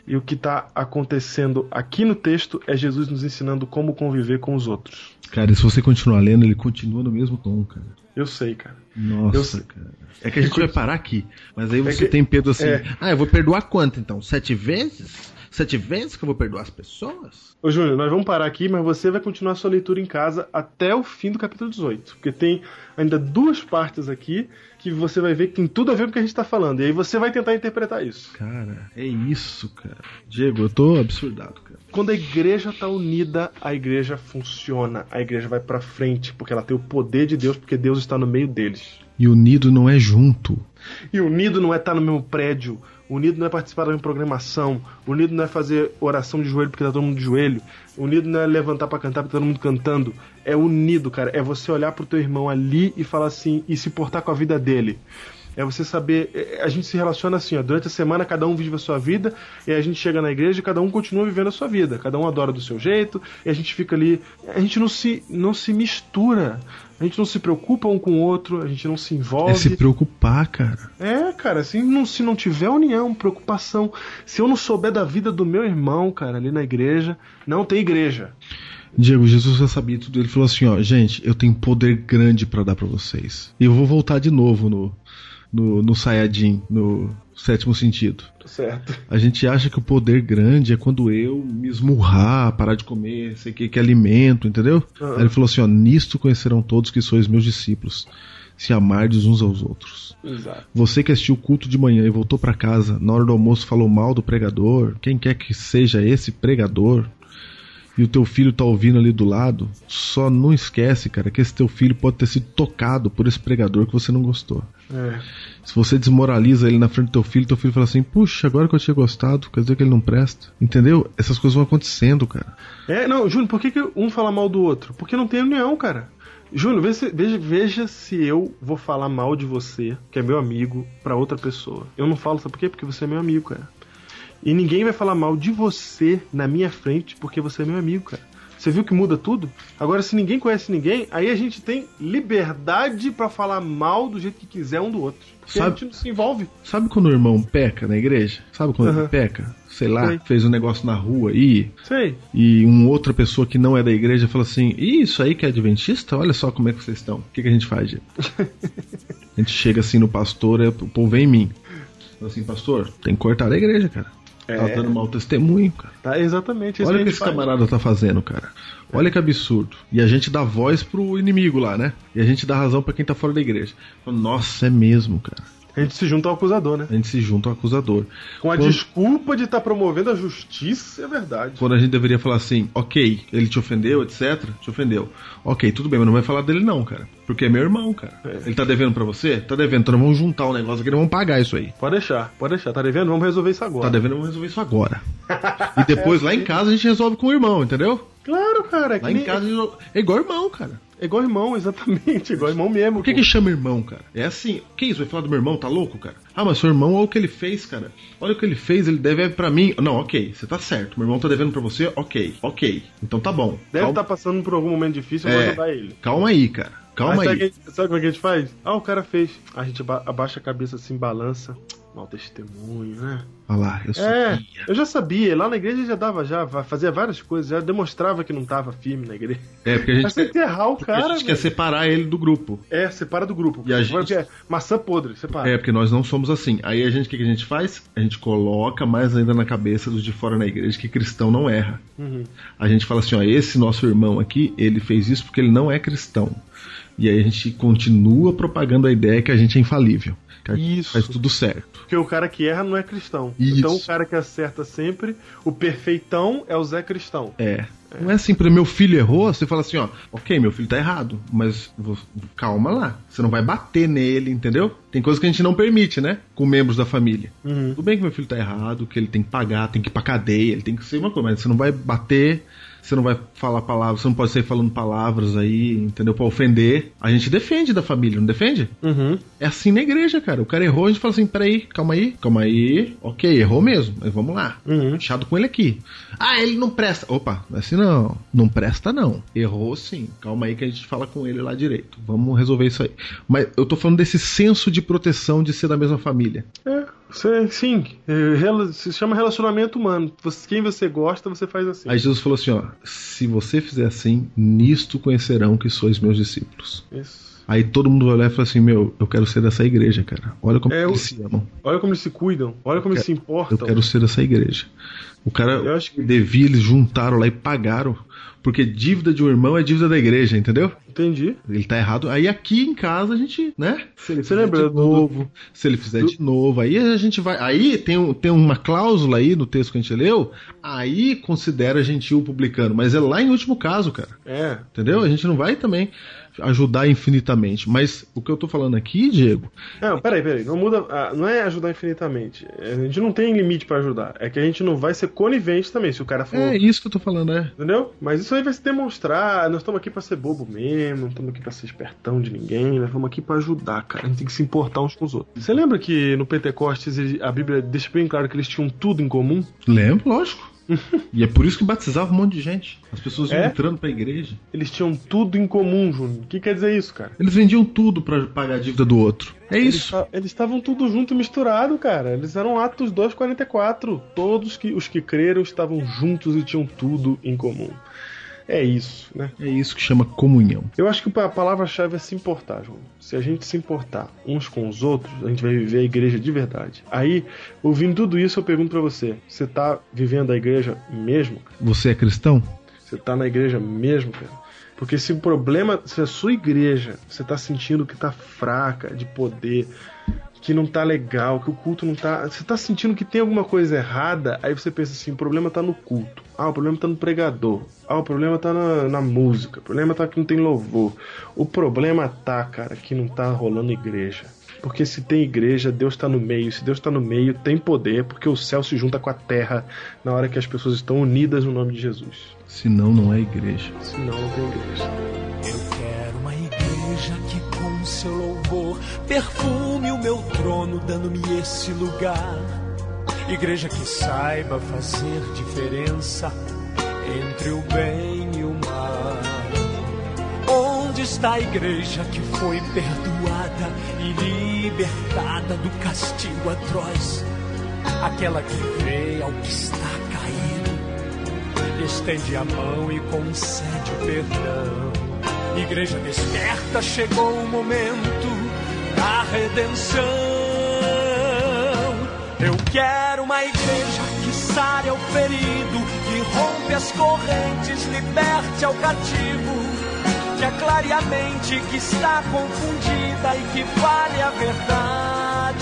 S3: E o que está acontecendo aqui no texto é Jesus nos ensinando como conviver com os outros.
S2: Cara, e se você continuar lendo, ele continua no mesmo tom, cara.
S3: Eu sei, cara. Eu
S2: Nossa,
S3: sei.
S2: cara. É que a gente vai parar aqui. Mas aí você
S3: que-
S2: tem Pedro assim.
S3: é.
S2: Ah, eu vou perdoar quanto então? Sete vezes? Sete vezes que eu vou perdoar as pessoas?
S3: Ô, Júnior, nós vamos parar aqui, mas você vai continuar sua leitura em casa até o fim do capítulo 18. Porque tem ainda duas partes aqui que você vai ver que tem tudo a ver com o que a gente tá falando. E aí você vai tentar interpretar isso.
S2: Cara, é isso, cara. Diego, eu tô absurdado, cara.
S3: Quando a igreja tá unida, a igreja funciona. A igreja vai pra frente, porque ela tem o poder de Deus, porque Deus está no meio deles.
S2: E unido não é junto.
S3: E unido não é estar no mesmo prédio, unido não é participar da mesma programação, unido não é fazer oração de joelho porque tá todo mundo de joelho, unido não é levantar pra cantar porque tá todo mundo cantando. É unido, cara. É você olhar pro teu irmão ali e falar assim e se portar com a vida dele. É você saber. é- A gente se relaciona assim, ó. Durante a semana cada um vive a sua vida, e a gente chega na igreja e cada um continua vivendo a sua vida. Cada um adora do seu jeito, e a gente fica ali. A gente não se, não se mistura. A gente não se preocupa um com o outro, a gente não se envolve.
S2: É se preocupar, cara.
S3: É, cara, se não, se não tiver união, preocupação, se eu não souber da vida do meu irmão, cara, ali na igreja, não tem igreja.
S2: Diego, Jesus já sabia tudo. Ele falou assim, ó, gente, eu tenho poder grande pra dar pra vocês. E eu vou voltar de novo no no, no Sayajin, no sétimo sentido.
S3: Certo.
S2: A gente acha que o poder grande é quando eu me esmurrar, parar de comer, sei que, que alimento, entendeu?
S3: Ah.
S2: Aí ele falou assim: ó, nisto conhecerão todos que sois meus discípulos, se amardes uns aos outros.
S3: Exato.
S2: Você que assistiu o culto de manhã e voltou pra casa, na hora do almoço falou mal do pregador, quem quer que seja esse pregador, e o teu filho tá ouvindo ali do lado, só não esquece, cara, que esse teu filho pode ter sido tocado por esse pregador que você não gostou.
S3: É.
S2: Se você desmoraliza ele na frente do teu filho, teu filho fala assim: Puxa, agora que eu tinha gostado, quer dizer que ele não presta. Entendeu? Essas coisas vão acontecendo, cara.
S3: É, não, Júnior, por que, que um fala mal do outro? Porque não tem união, cara. Júnior, vê se- veja, veja se eu vou falar mal de você, que é meu amigo, pra outra pessoa. Eu não falo, sabe por quê? Porque você é meu amigo, cara. E ninguém vai falar mal de você na minha frente porque você é meu amigo, cara. Você viu que muda tudo? Agora, se ninguém conhece ninguém, aí a gente tem liberdade pra falar mal do jeito que quiser um do outro. Porque a
S6: Sabe-
S3: gente não se envolve.
S6: Sabe quando o irmão peca na igreja? Sabe quando
S3: Aham.
S6: ele peca? Sei lá,
S3: Sei.
S6: fez um negócio na rua aí,
S3: Sei.
S6: e uma outra pessoa que não é da igreja fala assim: "Ih, isso aí que é adventista? Olha só como é que vocês estão. O que, que a gente faz, gente? a gente chega assim no pastor, é, o povo vem em mim. Fala assim, pastor, tem que cortar a igreja, cara. Tá dando mau testemunho, cara.
S3: Tá, exatamente. isso
S6: Olha o
S3: É. a
S6: que
S3: gente
S6: esse
S3: faz.
S6: camarada tá fazendo, cara. Olha que absurdo. E a gente dá voz pro inimigo lá, né? E a gente dá razão pra quem tá fora da igreja. Fala, Nossa, é mesmo, cara.
S3: A gente se junta ao acusador, né?
S6: A gente se junta ao acusador.
S3: Com a
S6: Quando-
S3: desculpa de estar promovendo a justiça, é verdade.
S6: Quando a gente deveria falar assim, ok, ele te ofendeu, etc. Te ofendeu. Ok, tudo bem, mas não vai falar dele não, cara. Porque é meu irmão, cara. Ele tá devendo pra você? Tá devendo. Então nós vamos juntar o negócio aqui, nós vamos pagar isso aí.
S3: Pode deixar, pode deixar. Tá devendo? Vamos resolver isso
S6: Tá
S3: agora.
S6: devendo, vamos resolver isso agora. E depois lá em casa a gente resolve com o irmão, entendeu?
S3: Claro, cara. É, que
S6: Lá em
S3: nem-
S6: casa a gente resolve... É igual irmão, cara.
S3: é igual irmão, exatamente. É igual irmão mesmo.
S6: Por que que chama irmão, cara? É assim, que isso? Vai falar do meu irmão? Tá louco, cara? Ah, mas seu irmão, olha o que ele fez, cara. Olha o que ele fez, ele deve é pra mim. Não, ok, você tá certo. Meu irmão tá devendo pra você? Ok, ok. Então tá bom.
S3: Deve
S6: Calma-
S3: estar passando por algum momento difícil, eu vou
S6: É.
S3: ajudar ele.
S6: Calma aí, cara. Calma
S3: Aí
S6: aí.
S3: Sabe, o que- sabe como é que a gente faz? Ah, o cara fez. A gente aba- abaixa a cabeça assim, balança. Mal testemunho, né?
S6: Olha lá, eu
S3: É,
S6: sabia.
S3: eu já sabia. Lá na igreja já dava, já va- fazia várias coisas, já demonstrava que não tava firme na igreja.
S6: É, porque a gente,
S3: Mas tem
S6: quer,
S3: que errar o
S6: porque a
S3: cara,
S6: gente quer
S3: velho.
S6: separar ele do grupo.
S3: É, separa do grupo.
S6: E a gente-
S3: Agora que é Maçã podre, separa.
S6: É, porque nós não somos assim. Aí a gente, o que que a gente faz? A gente coloca mais ainda na cabeça dos de fora na igreja que cristão não erra.
S3: Uhum.
S6: A gente fala assim, ó, esse nosso irmão aqui, ele fez isso porque ele não é cristão. E aí a gente continua propagando a ideia que a gente é infalível. Que a gente
S3: Isso.
S6: Faz tudo certo.
S3: Porque o cara que erra não é cristão.
S6: Isso.
S3: Então o cara que acerta sempre, o perfeitão é o Zé Cristão.
S6: É. Não é assim, por exemplo, meu filho errou, você fala assim, ó, ok, meu filho tá errado, mas vo- calma lá, você não vai bater nele, entendeu? Tem coisa que a gente não permite, né? Com membros da família. Tudo bem que meu filho tá errado, que ele tem que pagar, tem que ir pra cadeia, ele tem que ser uma coisa, mas você não vai bater, você não vai falar palavras, você não pode sair falando palavras aí, entendeu? Pra ofender. A gente defende da família, não defende?
S3: Uhum.
S6: É assim na igreja, cara. O cara errou, a gente fala assim: peraí, calma aí, calma aí. Ok, errou mesmo, mas vamos lá.
S3: Uhum.
S6: Chato com ele aqui. Ah, ele não presta. Opa, não é assim não. Não presta não. Errou sim. Calma aí que a gente fala com ele lá direito. Vamos resolver isso aí. Mas eu tô falando desse senso de proteção de ser da mesma família.
S3: É, você- sim. É, rela- se chama relacionamento humano. Você- quem você gosta, você faz assim.
S6: Aí Jesus falou assim: ó, se você fizer assim, nisto conhecerão que sois meus discílos.
S3: Isso.
S6: Aí todo mundo vai olhar e fala assim: meu, eu quero ser dessa igreja, cara. Olha como
S3: É, eu-
S6: eles se amam.
S3: Olha como eles se cuidam, olha como eles se importam.
S6: Eu quero ser dessa igreja. O cara
S3: Eu acho que-
S6: devia, eles juntaram lá e pagaram. Porque dívida de um irmão é dívida da igreja, entendeu?
S3: Entendi.
S6: Ele tá errado. Aí aqui em casa a gente, né? Se ele
S3: Você lembra
S6: de
S3: do-
S6: novo, se ele fizer de novo, aí a gente vai. Aí tem, um- tem uma cláusula aí no texto que a gente leu, aí considera gentil publicano. Mas é lá em último caso, cara.
S3: É.
S6: Entendeu? A gente não vai também ajudar infinitamente. Mas o que eu tô falando aqui, Diego,
S3: Não, peraí, peraí. Não muda. ah, não é ajudar infinitamente. É, A gente não tem limite pra ajudar. É que a gente não vai ser conivente também. Se o cara for.
S6: é isso que eu tô falando, é.
S3: Entendeu? Mas isso aí vai se demonstrar. Nós estamos aqui pra ser bobo mesmo, não estamos aqui pra ser espertão de ninguém, nós estamos aqui pra ajudar, cara. A gente tem que se importar uns com os outros. Você lembra que no Pentecostes ele- a Bíblia deixa bem claro que eles tinham tudo em comum?
S6: Lembro, lógico. e é por isso que batizava um monte de gente. As pessoas iam
S3: É?
S6: entrando pra igreja.
S3: Eles tinham tudo em comum, Júnior. O que quer dizer isso, cara?
S6: Eles vendiam tudo pra pagar a dívida do outro. É
S3: Eles
S6: isso.
S3: ta- Eles estavam tudo junto e misturado, cara. Eles eram Atos 2,44. Todos que, os que creram estavam juntos e tinham tudo em comum. É isso, né?
S6: É isso que chama comunhão.
S3: Eu acho que a palavra-chave é se importar, João. Se a gente se importar uns com os outros, a gente vai viver a igreja de verdade. Aí, ouvindo tudo isso, eu pergunto pra você: você tá vivendo a igreja mesmo? cara?
S6: Você é cristão?
S3: Você tá na igreja mesmo, cara? Porque se o problema, se a sua igreja, você tá sentindo que tá fraca de poder, que não tá legal, que o culto não tá. Você tá sentindo que tem alguma coisa errada, aí você pensa assim: o problema tá no culto. Ah, o problema tá no pregador. Ah, o problema tá na, na música. O problema tá que não tem louvor. O problema tá, cara, que não tá rolando igreja. Porque se tem igreja, Deus tá no meio. Se Deus tá no meio, tem poder, porque o céu se junta com a terra na hora que as pessoas estão unidas no nome de Jesus.
S6: Senão não é igreja.
S3: Senão não tem igreja.
S4: Eu quero uma igreja que com seu louvor perfume o meu trono, dando-me esse lugar. Igreja que saiba fazer diferença entre o bem e o mal. Onde está a igreja que foi perdoada e libertada do castigo atroz? Aquela que vê ao que está caído, estende a mão e concede o perdão. Igreja desperta, chegou o momento da redenção. Eu quero uma igreja que sare ao ferido, que rompe as correntes, liberte ao cativo, que aclare a mente que está confundida e que fale a verdade.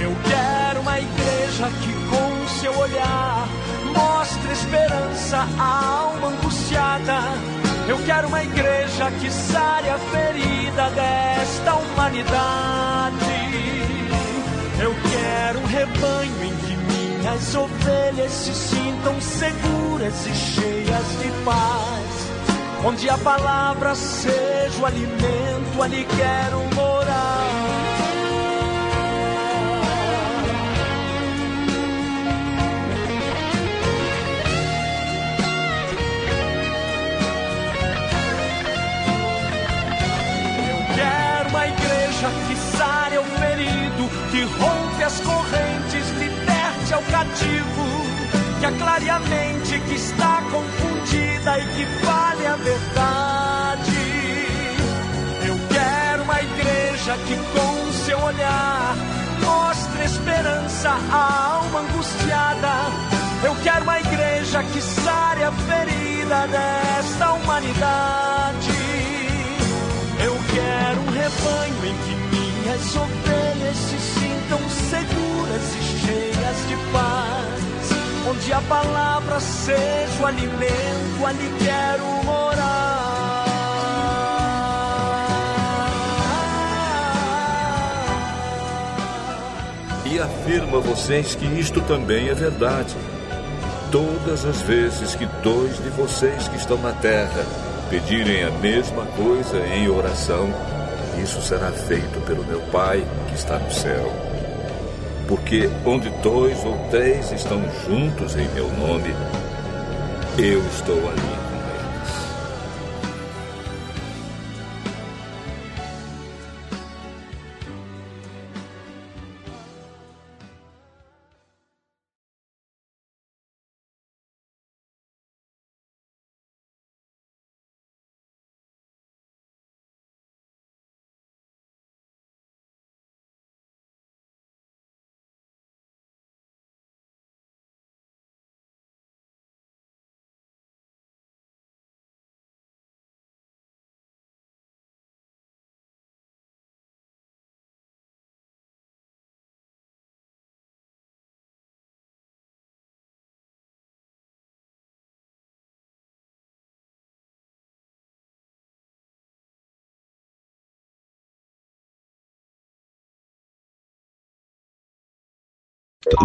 S4: Eu quero uma igreja que com seu olhar mostre esperança à alma angustiada. Eu quero uma igreja que sare a ferida desta humanidade. Eu quero um rebanho em que minhas ovelhas se sintam seguras e cheias de paz. Onde a palavra seja o alimento, ali quero morar. Eu quero uma igreja que sare o ferido, que rompe as correntes, liberte ao cativo, que aclare a mente que está confundida e que fale a verdade. Eu quero uma igreja que com seu olhar mostre esperança à alma angustiada. Eu quero uma igreja que sare a ferida desta humanidade. Eu quero um rebanho em que minhas ovelhas se sintam seguras e cheias de paz. Onde a palavra seja o alimento, ali quero morar.
S7: E afirmo a vocês que isto também é verdade. Todas as vezes que dois de vocês que estão na terra pedirem a mesma coisa em oração, isso será feito pelo meu Pai que está no céu. Porque onde dois ou três estão juntos em meu nome, eu estou ali com eles.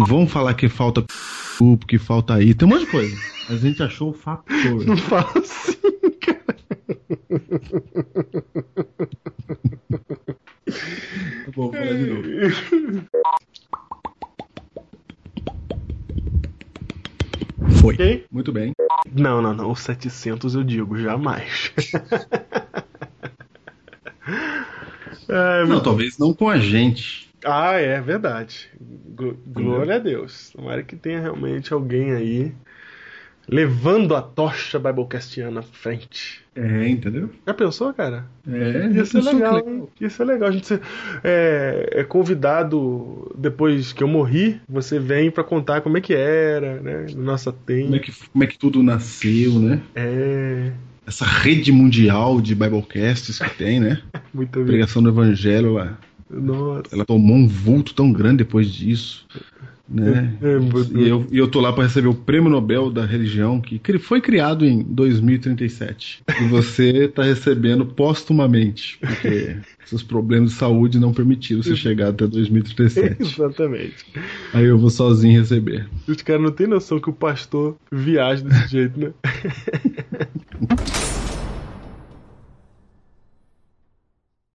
S6: Vão Então, falar que falta grupo, que falta aí, tem um monte de coisa. Mas a gente achou o fator.
S3: Não fala assim, cara.
S6: Tá bom, vou falar de novo. Foi.
S3: Ok?
S6: Muito bem.
S3: Não, não, não. Os 700 eu digo, jamais. Ai,
S6: Não, talvez não com a gente.
S3: É, Ah, é verdade. Gl- Glória a Deus. Tomara que tenha realmente alguém aí levando a tocha biblecastiana à frente.
S6: É, entendeu?
S3: Já pensou, cara?
S6: É,
S3: Isso é
S6: isso
S3: legal,
S6: que
S3: hein? Isso é legal. A gente ser, é, é convidado depois que eu morri, você vem pra contar como é que era, né? Nossa
S6: Como é,
S3: tenda.
S6: que, como é que tudo nasceu, né?
S3: É,
S6: Essa rede mundial de Biblecasts que tem, né?
S3: muito
S6: A
S3: bem.
S6: pregação do Evangelho, ela,
S3: Nossa.
S6: ela tomou um vulto tão grande depois disso, né?
S3: É, muito-
S6: E eu, e eu tô lá para receber o Prêmio Nobel da Religião, que cri- foi criado em 2037. E você tá recebendo póstumamente, porque seus problemas de saúde não permitiram você chegar até 2037.
S3: Exatamente.
S6: Aí eu vou sozinho receber.
S3: Os caras não têm noção que o pastor viaja desse jeito, né?